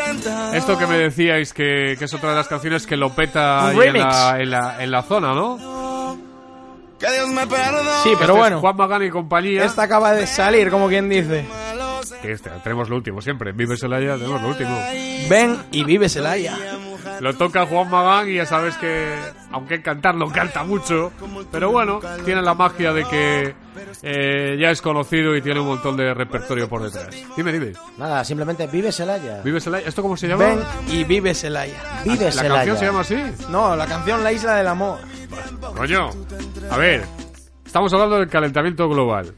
Speaker 1: esto que me decíais que, que es otra de las canciones que lo peta ahí en, la, en la- en la zona, ¿no?
Speaker 8: Que Dios me perdone.
Speaker 5: Sí, pero
Speaker 1: Este es
Speaker 5: bueno,
Speaker 1: Juan Magán y compañía.
Speaker 5: esta acaba de salir, como quien dice.
Speaker 1: Que este, tenemos lo último siempre, en Vive Celaya tenemos lo último.
Speaker 5: Ven y vive Celaya.
Speaker 1: Lo toca Juan Magán y ya sabes que, aunque cantar no canta mucho, pero bueno, tiene la magia de que eh, ya es conocido y tiene un montón de repertorio por detrás. Dime, dime,
Speaker 6: Nada, simplemente vive Celaya.
Speaker 1: ¿vive Celaya? ¿Esto cómo se llama?
Speaker 5: Ven y vive Celaya.
Speaker 6: Vive
Speaker 1: ¿La canción se llama
Speaker 6: Celaya.
Speaker 1: así?
Speaker 5: No, la canción La Isla del Amor.
Speaker 1: Coño, a ver, estamos hablando del calentamiento global.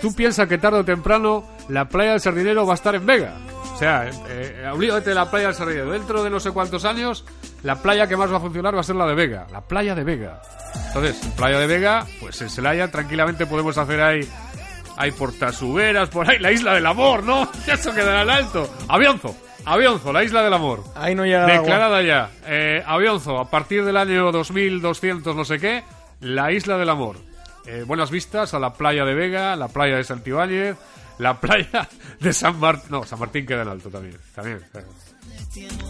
Speaker 1: Tú piensas que tarde o temprano la playa del Sardinero va a estar en Vega. O sea, eh, eh, olvídate de la playa del Sardinero. Dentro de no sé cuántos años, la playa que más va a funcionar va a ser la de Vega. La playa de Vega. Entonces, playa de Vega, pues en Celaya tranquilamente podemos hacer ahí... Hay portasuberas, por ahí la isla del amor, ¿no? Eso quedará en alto. Avionzo, Avionzo, la isla del amor.
Speaker 5: Ahí no llega el agua.
Speaker 1: Declarada ya. Eh, Avionzo, a partir del año 2200 no sé qué, la Isla del Amor. Eh, buenas vistas a la playa de Vega, la playa de Santibáñez, la playa de San Martín... No, San Martín queda en alto también. también.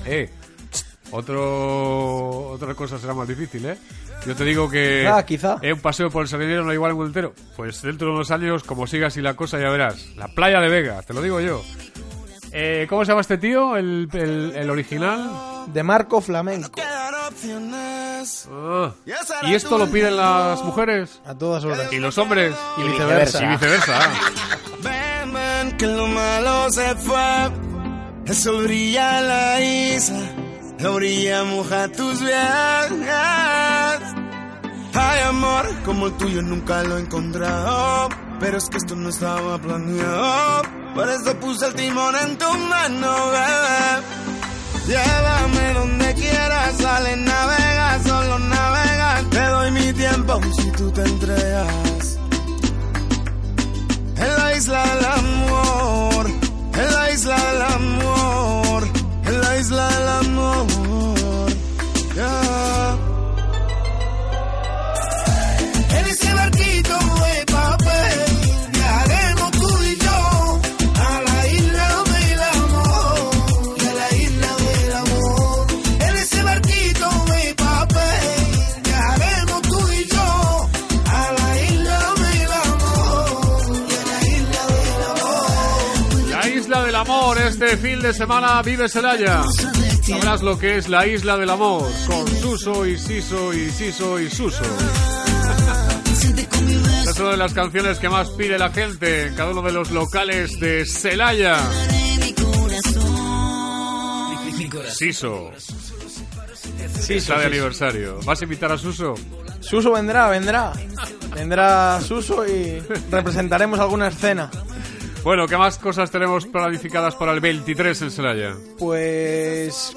Speaker 1: Eh, otro, otra cosa será más difícil, ¿eh? Yo te digo que...
Speaker 5: Ah, quizá.
Speaker 1: eh, un paseo por el Sardinero no hay igual en mundo entero. Pues dentro de unos años, como siga así la cosa, ya verás. La playa de Vega, te lo digo yo. Eh, ¿Cómo se llama este tío? ¿El, el- el original?
Speaker 5: De Marco Flamenco.
Speaker 8: Quedan opciones.
Speaker 1: Ah,
Speaker 8: esa era
Speaker 1: ¿Y esto
Speaker 8: tu
Speaker 1: lo piden las mujeres?
Speaker 5: A todas horas.
Speaker 1: ¿Y los hombres?
Speaker 6: Y viceversa.
Speaker 1: Y viceversa. ah.
Speaker 8: Ven, ven, que lo malo se fue. Eso brilla la isla. La orilla moja tus viajes. Hay amor como el tuyo nunca lo he encontrado. Pero es que esto no estaba planeado. Por eso puse el timón en tu mano, bebé. Llévame donde quieras, sale, navega, solo navega. Te doy mi tiempo si tú te entregas en la isla del amor, en la isla del amor, en la isla del amor. Yeah. En ese barquito de papel viajaremos tú y yo a la isla del amor, y a la isla del amor. En ese barquito de papel viajaremos tú y yo a la isla del amor, y a la isla del amor.
Speaker 1: La isla del amor, este fin de semana vive Celaya. Sabrás lo que es la isla del amor, con Suso y Siso y Siso y Suso. Es una de las canciones que más pide la gente en cada uno de los locales de Celaya. Siso,
Speaker 5: Sí,
Speaker 1: isla de aniversario. ¿Vas a invitar a Suso?
Speaker 5: Suso vendrá, vendrá. Vendrá Suso y representaremos alguna escena.
Speaker 1: Bueno, ¿qué más cosas tenemos planificadas para el 23 en Celaya?
Speaker 5: Pues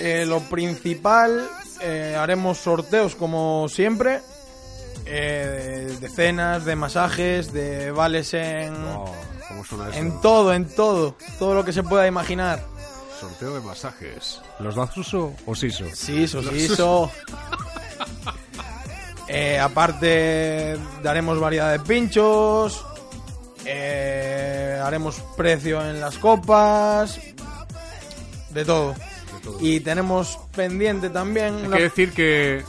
Speaker 5: eh, lo principal, eh, haremos sorteos como siempre. eh, de- de cenas, de masajes, de vales en,
Speaker 1: Oh, ¿Cómo suena eso?
Speaker 5: en todo, en todo. Todo lo que se pueda imaginar.
Speaker 1: Sorteo de masajes. ¿Los da Suso o Siso?
Speaker 5: Sí, eso, sí, eso. Eh, aparte, daremos variedad de pinchos. eh, haremos precio en las copas. De todo. Y tenemos pendiente también.
Speaker 1: Hay
Speaker 5: una-
Speaker 1: que decir que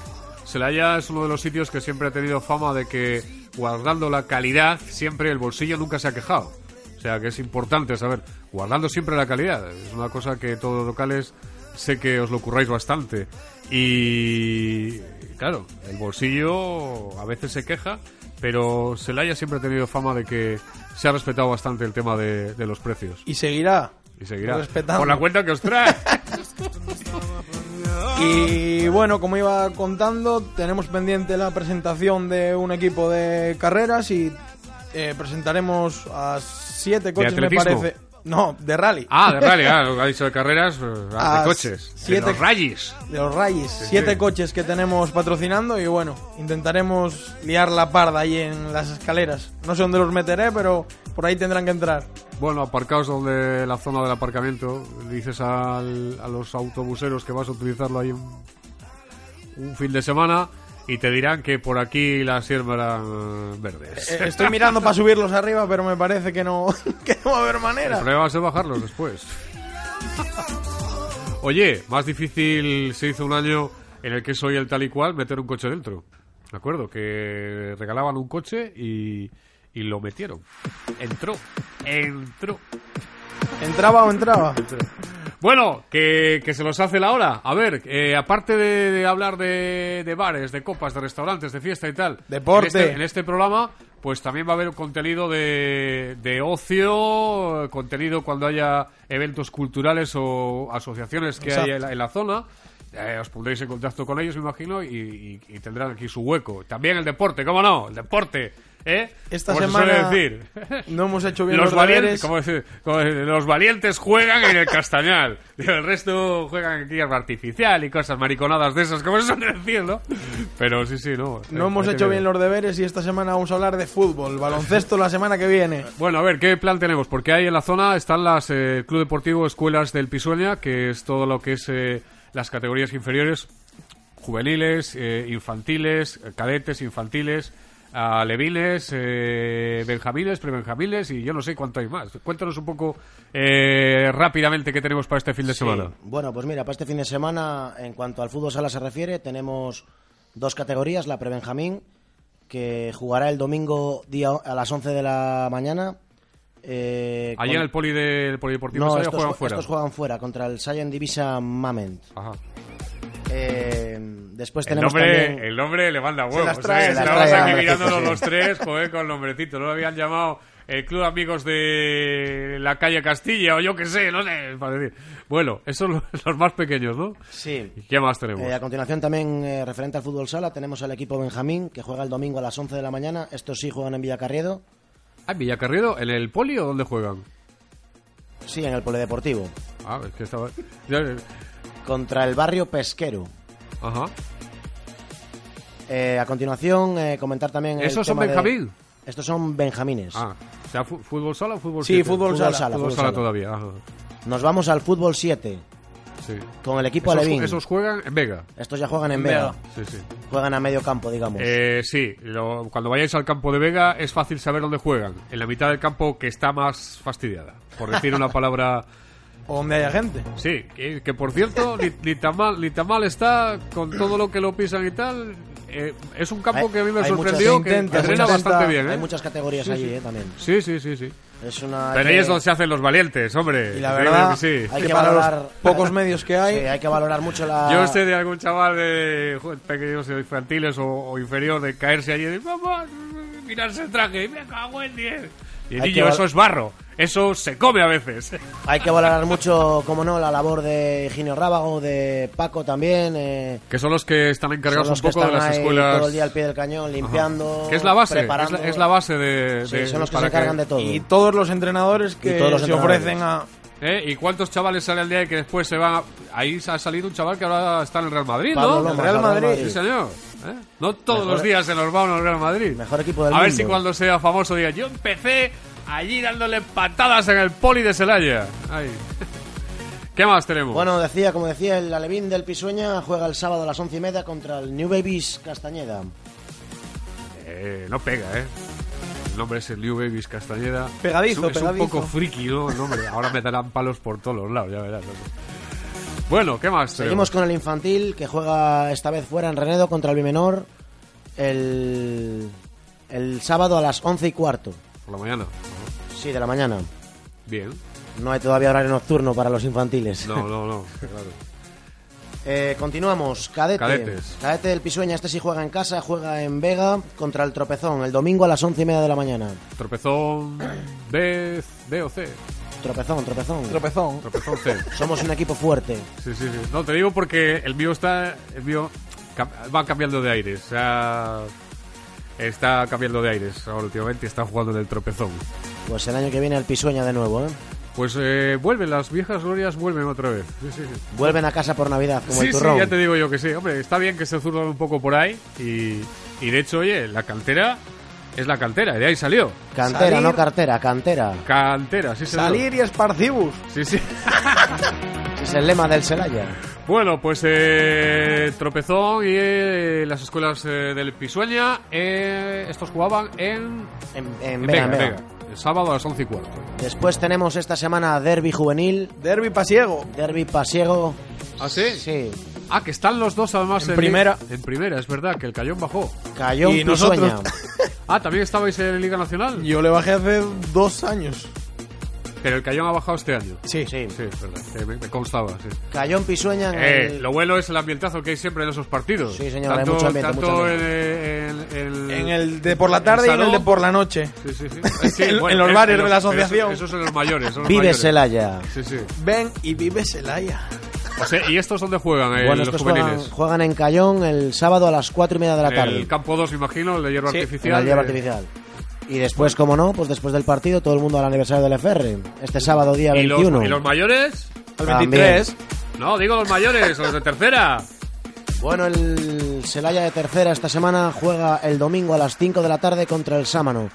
Speaker 1: Celaya es uno de los sitios que siempre ha tenido fama de que guardando la calidad, siempre el bolsillo nunca se ha quejado. O sea que es importante saber, guardando siempre la calidad. Es una cosa que todos los locales sé que os lo curráis bastante. Y claro, el bolsillo a veces se queja, pero Celaya siempre ha tenido fama de que se ha respetado bastante el tema de, de los precios.
Speaker 5: Y seguirá.
Speaker 1: Y seguirá.
Speaker 5: Respetando.
Speaker 1: Por la cuenta que os trae.
Speaker 5: Y bueno, como iba contando, tenemos pendiente la presentación de un equipo de carreras y eh, presentaremos a siete coches, me
Speaker 1: atletismo?
Speaker 5: parece. No, de rally.
Speaker 1: Ah, de rally, ah, lo que ha dicho de carreras, eh, ah,
Speaker 5: Ah,
Speaker 1: de coches.
Speaker 5: siete-
Speaker 1: De los rallies.
Speaker 5: De los rallies. siete
Speaker 1: sí.
Speaker 5: coches que tenemos patrocinando y bueno, intentaremos liar la parda ahí en las escaleras. No sé dónde los meteré, pero por ahí tendrán que entrar.
Speaker 1: Bueno, aparcaos donde la zona del aparcamiento. Dices al- a los autobuseros que vas a utilizarlo ahí un, un fin de semana y te dirán que por aquí las hierbas eran verdes.
Speaker 5: Eh, Estoy mirando para subirlos arriba, pero me parece que no, que no va a haber
Speaker 1: El
Speaker 5: manera.
Speaker 1: problema va a ser bajarlos después. Oye, más difícil se hizo un año en el que soy el tal y cual meter un coche dentro. ¿De acuerdo? Que regalaban un coche y, y lo metieron. Entró. Entró.
Speaker 5: ¿Entraba o entraba?
Speaker 1: Bueno, que, que se los hace la hora. A ver, eh, aparte de, de hablar de, de bares, de copas, de restaurantes, de fiesta y tal.
Speaker 5: Deporte.
Speaker 1: En este, en este programa, pues también va a haber contenido de, de ocio, contenido cuando haya eventos culturales o asociaciones que hay
Speaker 5: Exacto.
Speaker 1: en la, en la zona. Eh, os pondréis en contacto con ellos, me imagino, y, y- y tendrán aquí su hueco. También el deporte, ¿cómo no? El deporte. ¿Eh?
Speaker 5: Esta
Speaker 1: Como se
Speaker 5: semana
Speaker 1: suele decir.
Speaker 5: no hemos hecho bien
Speaker 1: Los
Speaker 5: los,
Speaker 1: valientes,
Speaker 5: deberes.
Speaker 1: como dice- como dice, los valientes juegan en el Castañal. El resto juegan en tierra artificial y cosas mariconadas de esas, como se suele decir, ¿no? Pero sí, sí, no.
Speaker 5: No hemos hecho bien los deberes y esta semana vamos a hablar de fútbol, baloncesto la semana que viene.
Speaker 1: Bueno, a ver, ¿qué plan tenemos? Porque ahí en la zona están las eh, Club Deportivo Escuelas del Pisueña, que es todo lo que es eh, las categorías inferiores, juveniles, eh, infantiles, eh, cadetes, infantiles, ah, alevines, eh, benjamines, prebenjamines y yo no sé cuánto hay más. Cuéntanos un poco eh, rápidamente qué tenemos para este fin de semana.
Speaker 6: Sí. Bueno, pues mira, para este fin de semana, en cuanto al fútbol sala se refiere, tenemos dos categorías, la Prebenjamín, que jugará el domingo día o- a las 11 de la mañana. eh,
Speaker 1: Allí
Speaker 6: con-
Speaker 1: en el poli del polideportivo
Speaker 6: no,
Speaker 1: Saya
Speaker 6: estos,
Speaker 1: juegan
Speaker 6: ju-
Speaker 1: fuera.
Speaker 6: estos juegan fuera contra el Science Divisa Mament.
Speaker 1: Ajá.
Speaker 6: Eh, después
Speaker 1: El
Speaker 6: tenemos
Speaker 1: nombre, eh,
Speaker 6: también-
Speaker 1: el nombre le manda huevos.
Speaker 5: las trae,
Speaker 1: ¿eh?
Speaker 5: se las
Speaker 1: Estábamos
Speaker 6: trae,
Speaker 1: aquí
Speaker 6: hombre,
Speaker 1: mirándonos
Speaker 6: sí, sí.
Speaker 1: los tres, joder, con el nombrecito. No lo habían llamado el Club Amigos de la Calle Castilla o yo qué sé, no sé. para decir. Bueno, esos son los- los más pequeños, ¿no?
Speaker 6: Sí.
Speaker 1: ¿Y ¿Qué más tenemos?
Speaker 6: Eh, a continuación también, eh, referente al fútbol sala, tenemos al equipo Benjamín, que juega el domingo a las 11 de la mañana. Estos sí juegan en Villacarriedo,
Speaker 1: Ah, ¿en Villacarriedo? ¿En el poli o dónde juegan?
Speaker 6: sí, en el Polideportivo,
Speaker 1: Ah, es que estaba. ya- eh,
Speaker 6: contra el barrio Pesquero.
Speaker 1: Ajá.
Speaker 6: Eh, a continuación, eh, comentar también. el
Speaker 1: ¿Esos son
Speaker 6: tema de-
Speaker 1: Benjamín?
Speaker 6: Estos son Benjamines.
Speaker 1: Ah, o sea, fu- ¿fútbol sala o fútbol
Speaker 5: Sí,
Speaker 1: siete?
Speaker 5: fútbol sala.
Speaker 1: Fútbol sala todavía, ajá.
Speaker 6: Nos vamos al fútbol 7
Speaker 1: Sí.
Speaker 6: con el equipo
Speaker 1: Esos,
Speaker 6: Alevín.
Speaker 1: esos juegan en Vega.
Speaker 6: Estos ya juegan en
Speaker 5: Vega.
Speaker 6: Vega.
Speaker 1: Sí, sí.
Speaker 6: Juegan a medio campo, digamos.
Speaker 1: Eh, sí, lo- cuando vayáis al campo de Vega es fácil saber dónde juegan. En la mitad del campo que está más fastidiada. Por decir una palabra.
Speaker 5: O donde haya gente.
Speaker 1: Sí, que, que por cierto, ni, ni tan mal, ni tan mal está con todo lo que lo pisan y tal. Eh, es un campo
Speaker 6: Hay-
Speaker 1: que a mí me
Speaker 6: hay muchas-
Speaker 1: sorprendió,
Speaker 5: se
Speaker 1: que,
Speaker 5: intenta,
Speaker 1: que
Speaker 5: se
Speaker 1: drena
Speaker 5: intenta,
Speaker 1: bastante bien.
Speaker 6: Hay
Speaker 1: ¿eh?
Speaker 6: muchas categorías allí, eh, también.
Speaker 1: Sí, sí, sí, sí.
Speaker 6: Es una.
Speaker 1: Pero
Speaker 6: hay
Speaker 1: ahí es
Speaker 6: que-
Speaker 1: donde se hacen los valientes, hombre.
Speaker 5: Y la
Speaker 1: Sí,
Speaker 5: verdad,
Speaker 1: sí.
Speaker 6: Hay
Speaker 5: que
Speaker 6: que
Speaker 5: para los
Speaker 6: valorar-
Speaker 5: pocos medios que hay,
Speaker 6: Sí, hay que valorar mucho la.
Speaker 1: Yo sé de algún chaval de jo- pequeños o infantiles o, o inferior de caerse allí y decir, mamá, mirarse el traje, me cago en 10. Y el
Speaker 6: Hay que
Speaker 1: niño,
Speaker 6: val-
Speaker 1: eso es barro, eso se come a veces.
Speaker 6: Hay que valorar mucho, como no, la labor de Ginio Rábago, de Paco también. Eh,
Speaker 1: Que son los que están
Speaker 6: son
Speaker 1: encargados
Speaker 6: los
Speaker 1: un
Speaker 6: que
Speaker 1: poco de
Speaker 6: están
Speaker 1: las
Speaker 6: ahí
Speaker 1: escuelas.
Speaker 6: todo el día al pie del cañón, limpiando.
Speaker 1: Que es la base, es
Speaker 6: preparando.
Speaker 1: la, es la base de.
Speaker 6: Sí,
Speaker 1: de-
Speaker 6: son los que se
Speaker 1: para
Speaker 6: encargan de todo.
Speaker 5: y todos los entrenadores que
Speaker 6: Y todos los
Speaker 5: se
Speaker 6: entrenadores.
Speaker 5: ofrecen a...
Speaker 1: ¿Eh? ¿Y cuántos chavales salen al día y que después se van? a- Ahí ha salido un chaval que ahora está en el Real Madrid,
Speaker 6: Pablo
Speaker 1: ¿no?
Speaker 6: Lomas,
Speaker 1: El Real
Speaker 6: al
Speaker 1: Madrid.
Speaker 6: Real
Speaker 1: Sí,
Speaker 6: Madrid.
Speaker 1: señor. ¿Eh? No todos
Speaker 6: Mejor-
Speaker 1: los días se nos va uno al Real Madrid.
Speaker 6: Mejor equipo del
Speaker 1: a ver
Speaker 6: mundo.
Speaker 1: si cuando sea famoso diga, yo empecé allí dándole patadas en el poli de Celaya. Ay. ¿Qué más tenemos?
Speaker 6: Bueno, decía, como decía, el Alevín del Pisueña juega el sábado a las once y media contra el New Babies Castañeda.
Speaker 1: Eh, no pega, ¿eh? El nombre es el New Babies Castañeda.
Speaker 5: Pegadizo,
Speaker 1: es un, Es un
Speaker 5: pegadizo.
Speaker 1: poco friki, ¿no? El nombre. Ahora me darán palos por todos los lados, ya verás. Bueno, ¿qué más? tenemos?
Speaker 6: Seguimos con el infantil, que juega esta vez fuera en Renedo contra el Bimenor el, el sábado a las once y cuarto.
Speaker 1: Por la mañana.
Speaker 6: Sí, de la mañana.
Speaker 1: Bien.
Speaker 6: No hay todavía horario nocturno para los infantiles.
Speaker 1: No, no, no. Claro.
Speaker 6: Eh, continuamos, cadete.
Speaker 1: Cadetes.
Speaker 6: Cadete del Pisueña, este sí juega en casa, juega en Vega contra el Tropezón, el domingo a las once y media de la mañana.
Speaker 1: Tropezón B, B o C.
Speaker 6: Tropezón, tropezón.
Speaker 5: Tropezón.
Speaker 1: Tropezón C.
Speaker 6: Somos un equipo fuerte.
Speaker 1: Sí, sí, sí. No, te digo porque el mío está. El mío cam- va cambiando de aires. O sea, está cambiando de aires ahora últimamente y está jugando en el tropezón.
Speaker 6: Pues el año que viene el Pisueña de nuevo, ¿eh?
Speaker 1: Pues eh, vuelven, las viejas glorias vuelven otra vez. Sí, sí, sí.
Speaker 6: Vuelven a casa por Navidad, como
Speaker 1: Sí,
Speaker 6: el
Speaker 1: sí,
Speaker 6: turrón.
Speaker 1: ya te digo yo que sí. Hombre, está bien que se zurdan un poco por ahí. Y, y de hecho, oye, la cantera es la cantera, de ahí salió.
Speaker 6: Cantera,
Speaker 5: Salir-
Speaker 6: no cartera, cantera.
Speaker 1: Cantera, sí, señor.
Speaker 5: Salir y esparcibus.
Speaker 1: Sí, sí.
Speaker 6: Ese es el lema del Celaya.
Speaker 1: Bueno, pues eh, Tropezón y eh, las escuelas eh, del Pisueña, eh, estos jugaban en,
Speaker 6: En, en
Speaker 1: en Vega,
Speaker 6: Vega, en Vega.
Speaker 1: Vega. el sábado a las 11 y cuarto.
Speaker 6: Después tenemos esta semana Derby Juvenil,
Speaker 5: Derby pasiego.
Speaker 6: Derby Pasiego.
Speaker 1: ¿Ah, sí?
Speaker 6: Sí.
Speaker 1: Ah, que están los dos además
Speaker 5: En
Speaker 1: li-
Speaker 5: primera.
Speaker 1: En primera, es verdad, que el Cayón bajó.
Speaker 6: Cayón
Speaker 5: Y nosotros-
Speaker 6: Pisueña.
Speaker 1: Ah, también estabais en Liga Nacional,
Speaker 5: Yo le bajé hace dos años.
Speaker 1: pero el Cayón ha bajado este año.
Speaker 5: Sí.
Speaker 6: Sí.
Speaker 1: Sí, es verdad, eh, me, me constaba, sí.
Speaker 6: Cayón Pisueña. en
Speaker 1: Eh,
Speaker 6: el-
Speaker 1: lo bueno es el ambientazo que hay siempre en esos partidos.
Speaker 6: Sí, señor, hay
Speaker 1: tanto,
Speaker 6: mucho ambiente,
Speaker 1: tanto
Speaker 6: mucho
Speaker 1: en, en- en-
Speaker 5: En el de por la tarde y en el de
Speaker 1: salón.
Speaker 5: por la noche.
Speaker 1: Sí, sí, sí. Eh, sí,
Speaker 5: En- en los bares de la
Speaker 1: pero eso-
Speaker 5: asociación.
Speaker 1: Esos son los mayores. son los
Speaker 6: Vive
Speaker 1: mayores.
Speaker 6: Celaya.
Speaker 1: Sí, sí.
Speaker 5: Ven y vive Celaya.
Speaker 1: O sea, ¿Y estos dónde juegan eh,
Speaker 6: Bueno,
Speaker 1: los
Speaker 6: estos juegan,
Speaker 1: juveniles?
Speaker 6: juegan en Cayón el sábado a las 4 y media de la tarde.
Speaker 1: el campo 2, me imagino, el de hierba
Speaker 5: Sí,
Speaker 6: en la
Speaker 1: artificial.
Speaker 6: hierba
Speaker 1: eh,
Speaker 6: artificial. Y después, como no, pues después del partido, todo el mundo al aniversario del FR. Este sábado día
Speaker 1: ¿Y los,
Speaker 6: 21.
Speaker 1: y los mayores?
Speaker 5: Al
Speaker 6: También.
Speaker 5: 23.
Speaker 1: No, digo los mayores, los de tercera.
Speaker 6: Bueno, el Celaya de tercera esta semana juega el domingo a las 5 de la tarde contra el Sámano.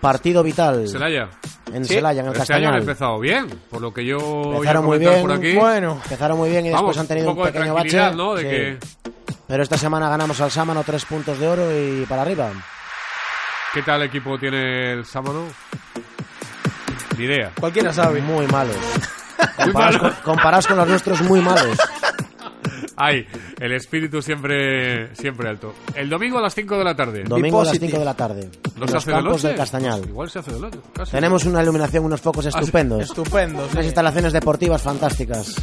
Speaker 6: Partido vital.
Speaker 1: Celaya.
Speaker 6: En
Speaker 5: Sí,
Speaker 6: Celaya, en el
Speaker 1: Este año han
Speaker 6: Castañal.
Speaker 1: empezado bien, por lo que yo oí
Speaker 6: Empezaron muy
Speaker 1: comentar
Speaker 6: bien,
Speaker 1: por aquí.
Speaker 5: Bueno,
Speaker 6: Empezaron muy bien y después
Speaker 1: Vamos,
Speaker 6: han tenido
Speaker 1: un
Speaker 6: un,
Speaker 1: poco de
Speaker 6: pequeño
Speaker 1: tranquilidad,
Speaker 6: bache.
Speaker 1: ¿no? De
Speaker 6: Sí.
Speaker 1: que,
Speaker 6: Pero esta semana ganamos al Sámano tres puntos de oro y para arriba.
Speaker 1: ¿Qué tal equipo tiene el sábado? Ni idea.
Speaker 5: cualquiera sabe.
Speaker 6: Muy malos. Comparados con, comparados con los nuestros, muy malos.
Speaker 1: Ay, el espíritu siempre, siempre alto. El domingo a las 5 de la tarde.
Speaker 6: Domingo a las
Speaker 5: positive.
Speaker 6: 5 de la tarde. En
Speaker 1: ¿No
Speaker 6: los
Speaker 1: se hace de
Speaker 6: campos
Speaker 1: noche?
Speaker 6: del Castañal.
Speaker 1: Igual se hace de noche, casi.
Speaker 6: Tenemos una iluminación, unos
Speaker 1: Ah,
Speaker 6: focos estupendos.
Speaker 5: Estupendo. sí.
Speaker 6: Unas instalaciones deportivas fantásticas.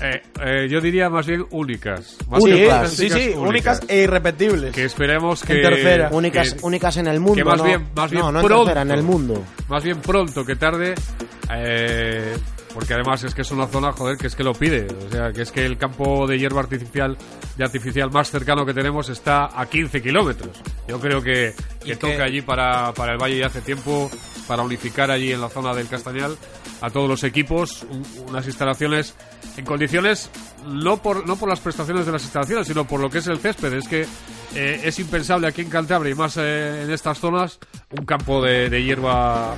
Speaker 1: Eh, eh, yo diría más bien únicas. Más
Speaker 5: Sí,
Speaker 1: que
Speaker 6: Únicas.
Speaker 5: sí, sí, únicas
Speaker 1: únicas.
Speaker 5: e irrepetibles.
Speaker 1: Que esperemos que...
Speaker 5: En tercera.
Speaker 6: Únicas,
Speaker 1: que-
Speaker 6: únicas en el mundo.
Speaker 1: que más
Speaker 6: ¿no?
Speaker 1: bien- más bien
Speaker 6: no, no en
Speaker 1: pronto.
Speaker 6: tercera, en el mundo.
Speaker 1: Más bien pronto que tarde. eh, porque además es que es una zona, joder, que es que lo pide. O sea, que es que el campo de hierba artificial, de artificial más cercano que tenemos está a 15 kilómetros. Yo creo que, que toca allí para, para el Valle y hace tiempo, para unificar allí en la zona del Castañal a todos los equipos, un- unas instalaciones en condiciones, no por, no por las prestaciones de las instalaciones, sino por lo que es el césped. Es que eh, es impensable aquí en Cantabria y más eh, en estas zonas un campo de, de hierba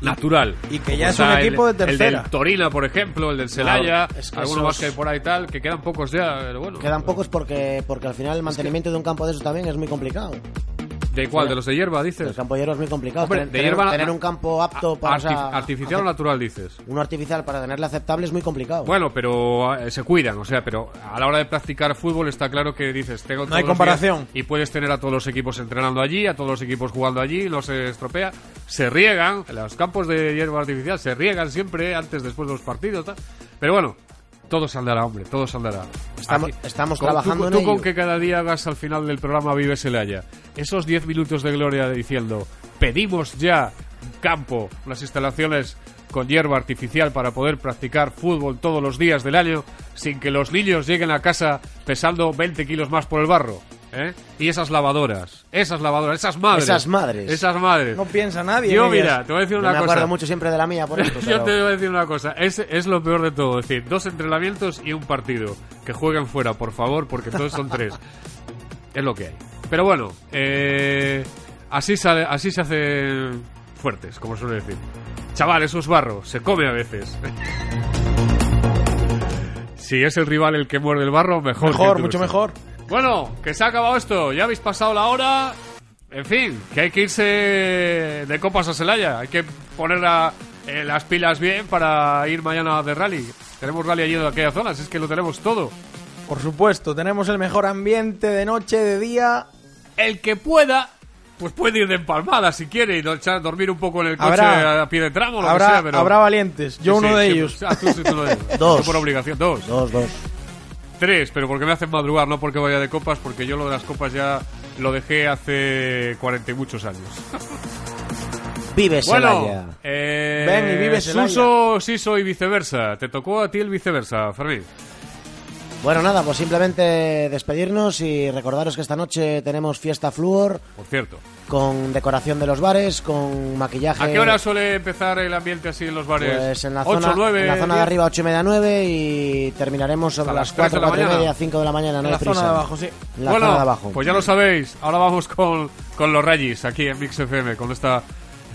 Speaker 1: natural.
Speaker 5: Y que
Speaker 1: Como
Speaker 5: ya es un
Speaker 1: está
Speaker 5: equipo de
Speaker 1: El
Speaker 5: tercera.
Speaker 1: del Torina, por ejemplo, el del Celaya,
Speaker 6: Claro, es que
Speaker 1: alguno
Speaker 6: esos-
Speaker 1: más que hay por ahí tal, que quedan pocos ya, pero bueno.
Speaker 6: Quedan pocos porque, porque al final el mantenimiento de un campo de esos también es muy complicado.
Speaker 1: ¿De cuál? ¿De los de hierba,
Speaker 6: El
Speaker 1: dices?
Speaker 6: campo de hierba es muy complicado.
Speaker 1: Hombre,
Speaker 6: tener,
Speaker 1: de
Speaker 6: tener-
Speaker 1: hierba-
Speaker 6: tener un campo apto para. o
Speaker 1: Arti-
Speaker 6: sea,
Speaker 1: ¿Artificial o
Speaker 6: hacer-
Speaker 1: natural, dices?
Speaker 6: Uno artificial para tenerle aceptable es muy complicado.
Speaker 1: Bueno, pero eh, se cuidan, o sea, pero a la hora de practicar fútbol está claro que dices, tengo todos
Speaker 5: hay
Speaker 1: los
Speaker 5: comparación.
Speaker 1: días- y puedes tener a todos los equipos entrenando allí, a todos los equipos jugando allí, no se estropea, se riegan, los campos de hierba artificial se riegan siempre antes, después de los partidos, tal. pero bueno, todo saldrá, hombre, todo saldrá.
Speaker 6: Estamos-
Speaker 1: Aquí-
Speaker 6: estamos
Speaker 1: con- tú-
Speaker 6: trabajando en
Speaker 1: tú con
Speaker 6: ello.
Speaker 1: que cada día hagas al final del programa Vive Celaya, esos 10 minutos de gloria diciendo, pedimos ya un campo, unas instalaciones con hierba artificial para poder practicar fútbol todos los días del año sin que los niños lleguen a casa pesando 20 kilos más por el barro. ¿eh? Y esas lavadoras, esas lavadoras, esas madres.
Speaker 6: Esas madres.
Speaker 1: Esas madres.
Speaker 5: No piensa nadie.
Speaker 1: Yo,
Speaker 5: en ellas.
Speaker 1: mira, te voy a decir
Speaker 6: Yo
Speaker 1: una
Speaker 6: me
Speaker 1: cosa.
Speaker 6: acuerdo mucho siempre de la mía por esto.
Speaker 1: Yo
Speaker 6: pero-
Speaker 1: te voy a decir una cosa, es, es lo peor de todo, es decir, dos entrenamientos y un partido. Que jueguen fuera, por favor, porque todos son tres. Es lo que hay. Pero bueno, eh, así, sale, así se hacen fuertes, como suele decir. Chaval, eso es barro, se come a veces. si es el rival el que muerde el barro, mejor.
Speaker 5: Mejor,
Speaker 1: que tú.
Speaker 5: mucho mejor.
Speaker 1: Bueno, que se ha acabado esto, ya habéis pasado la hora. En fin, que hay que irse de copas a Celaya. Hay que poner la- eh, las pilas bien para ir mañana de rally. Tenemos rally allí en aquella zona, así es que lo tenemos todo.
Speaker 5: Por supuesto, tenemos el mejor ambiente de noche, de día.
Speaker 1: El que pueda, pues puede ir de empalmada si quiere y no echar- dormir un poco en el coche
Speaker 5: Habrá-
Speaker 1: a pie de tramo, lo
Speaker 5: Habrá,
Speaker 1: que sea. Pero...
Speaker 5: habrá valientes. Yo
Speaker 1: Sí,
Speaker 5: uno
Speaker 1: sí,
Speaker 5: de
Speaker 1: sí,
Speaker 5: ellos.
Speaker 1: Ah, tú sí, tú lo eres.
Speaker 6: Dos.
Speaker 1: Yo por obligación, dos.
Speaker 6: Dos, dos.
Speaker 1: Tres, pero porque me hacen madrugar, no porque vaya de copas, porque yo lo de las copas ya lo dejé hace cuarenta y muchos años.
Speaker 6: Vive Celaya.
Speaker 1: Bueno, eh,
Speaker 5: Ven y vive Celaya.
Speaker 1: Suso, Siso y viceversa. Te tocó a ti el viceversa, Fermín.
Speaker 6: Bueno, nada, pues simplemente despedirnos y recordaros que esta noche tenemos fiesta flúor
Speaker 1: Por cierto.
Speaker 6: con decoración de los bares, con maquillaje.
Speaker 1: ¿A qué hora suele empezar el ambiente así en los bares?
Speaker 6: Eh, Pues en la,
Speaker 1: Ocho,
Speaker 6: zona,
Speaker 1: nueve,
Speaker 6: en la zona de
Speaker 1: diez.
Speaker 6: arriba 8 y media 9 y terminaremos sobre
Speaker 1: Hasta
Speaker 6: las
Speaker 1: las tres de
Speaker 6: 4,
Speaker 1: la
Speaker 6: 4 y
Speaker 1: mañana.
Speaker 6: media, 5 de la mañana, no
Speaker 5: En
Speaker 6: hay
Speaker 5: la
Speaker 6: prisa.
Speaker 5: zona de abajo, sí.
Speaker 6: En la
Speaker 1: bueno,
Speaker 6: zona de abajo.
Speaker 1: pues ya lo sabéis. Ahora vamos con, con los Rallies aquí en Mix FM, con esta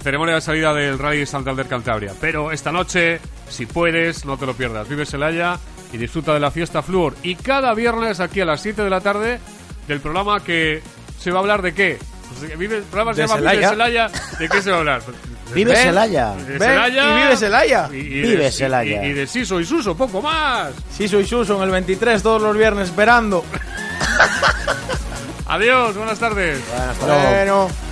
Speaker 1: ceremonia de salida del Rally Santander Cantabria. Pero esta noche, si puedes, no te lo pierdas. Vive Celaya y disfruta de la fiesta Fluor. Y cada viernes aquí a las 7 de la tarde del programa que se va a hablar de qué. Pues, Vive, el programa se
Speaker 5: De
Speaker 1: llama Vive
Speaker 5: Celaya.
Speaker 1: Celaya. ¿De qué se va a hablar? Pues,
Speaker 6: Vive
Speaker 5: Ven.
Speaker 6: Celaya.
Speaker 1: De
Speaker 5: Ven y vive Celaya.
Speaker 1: Y, y
Speaker 6: Vive
Speaker 1: de,
Speaker 6: Celaya.
Speaker 1: Y, y de Siso y Suso, poco más.
Speaker 5: Sí, soy Suso en el 23 todos los viernes esperando.
Speaker 1: Adiós, buenas tardes.
Speaker 6: Hasta luego.
Speaker 5: Bueno.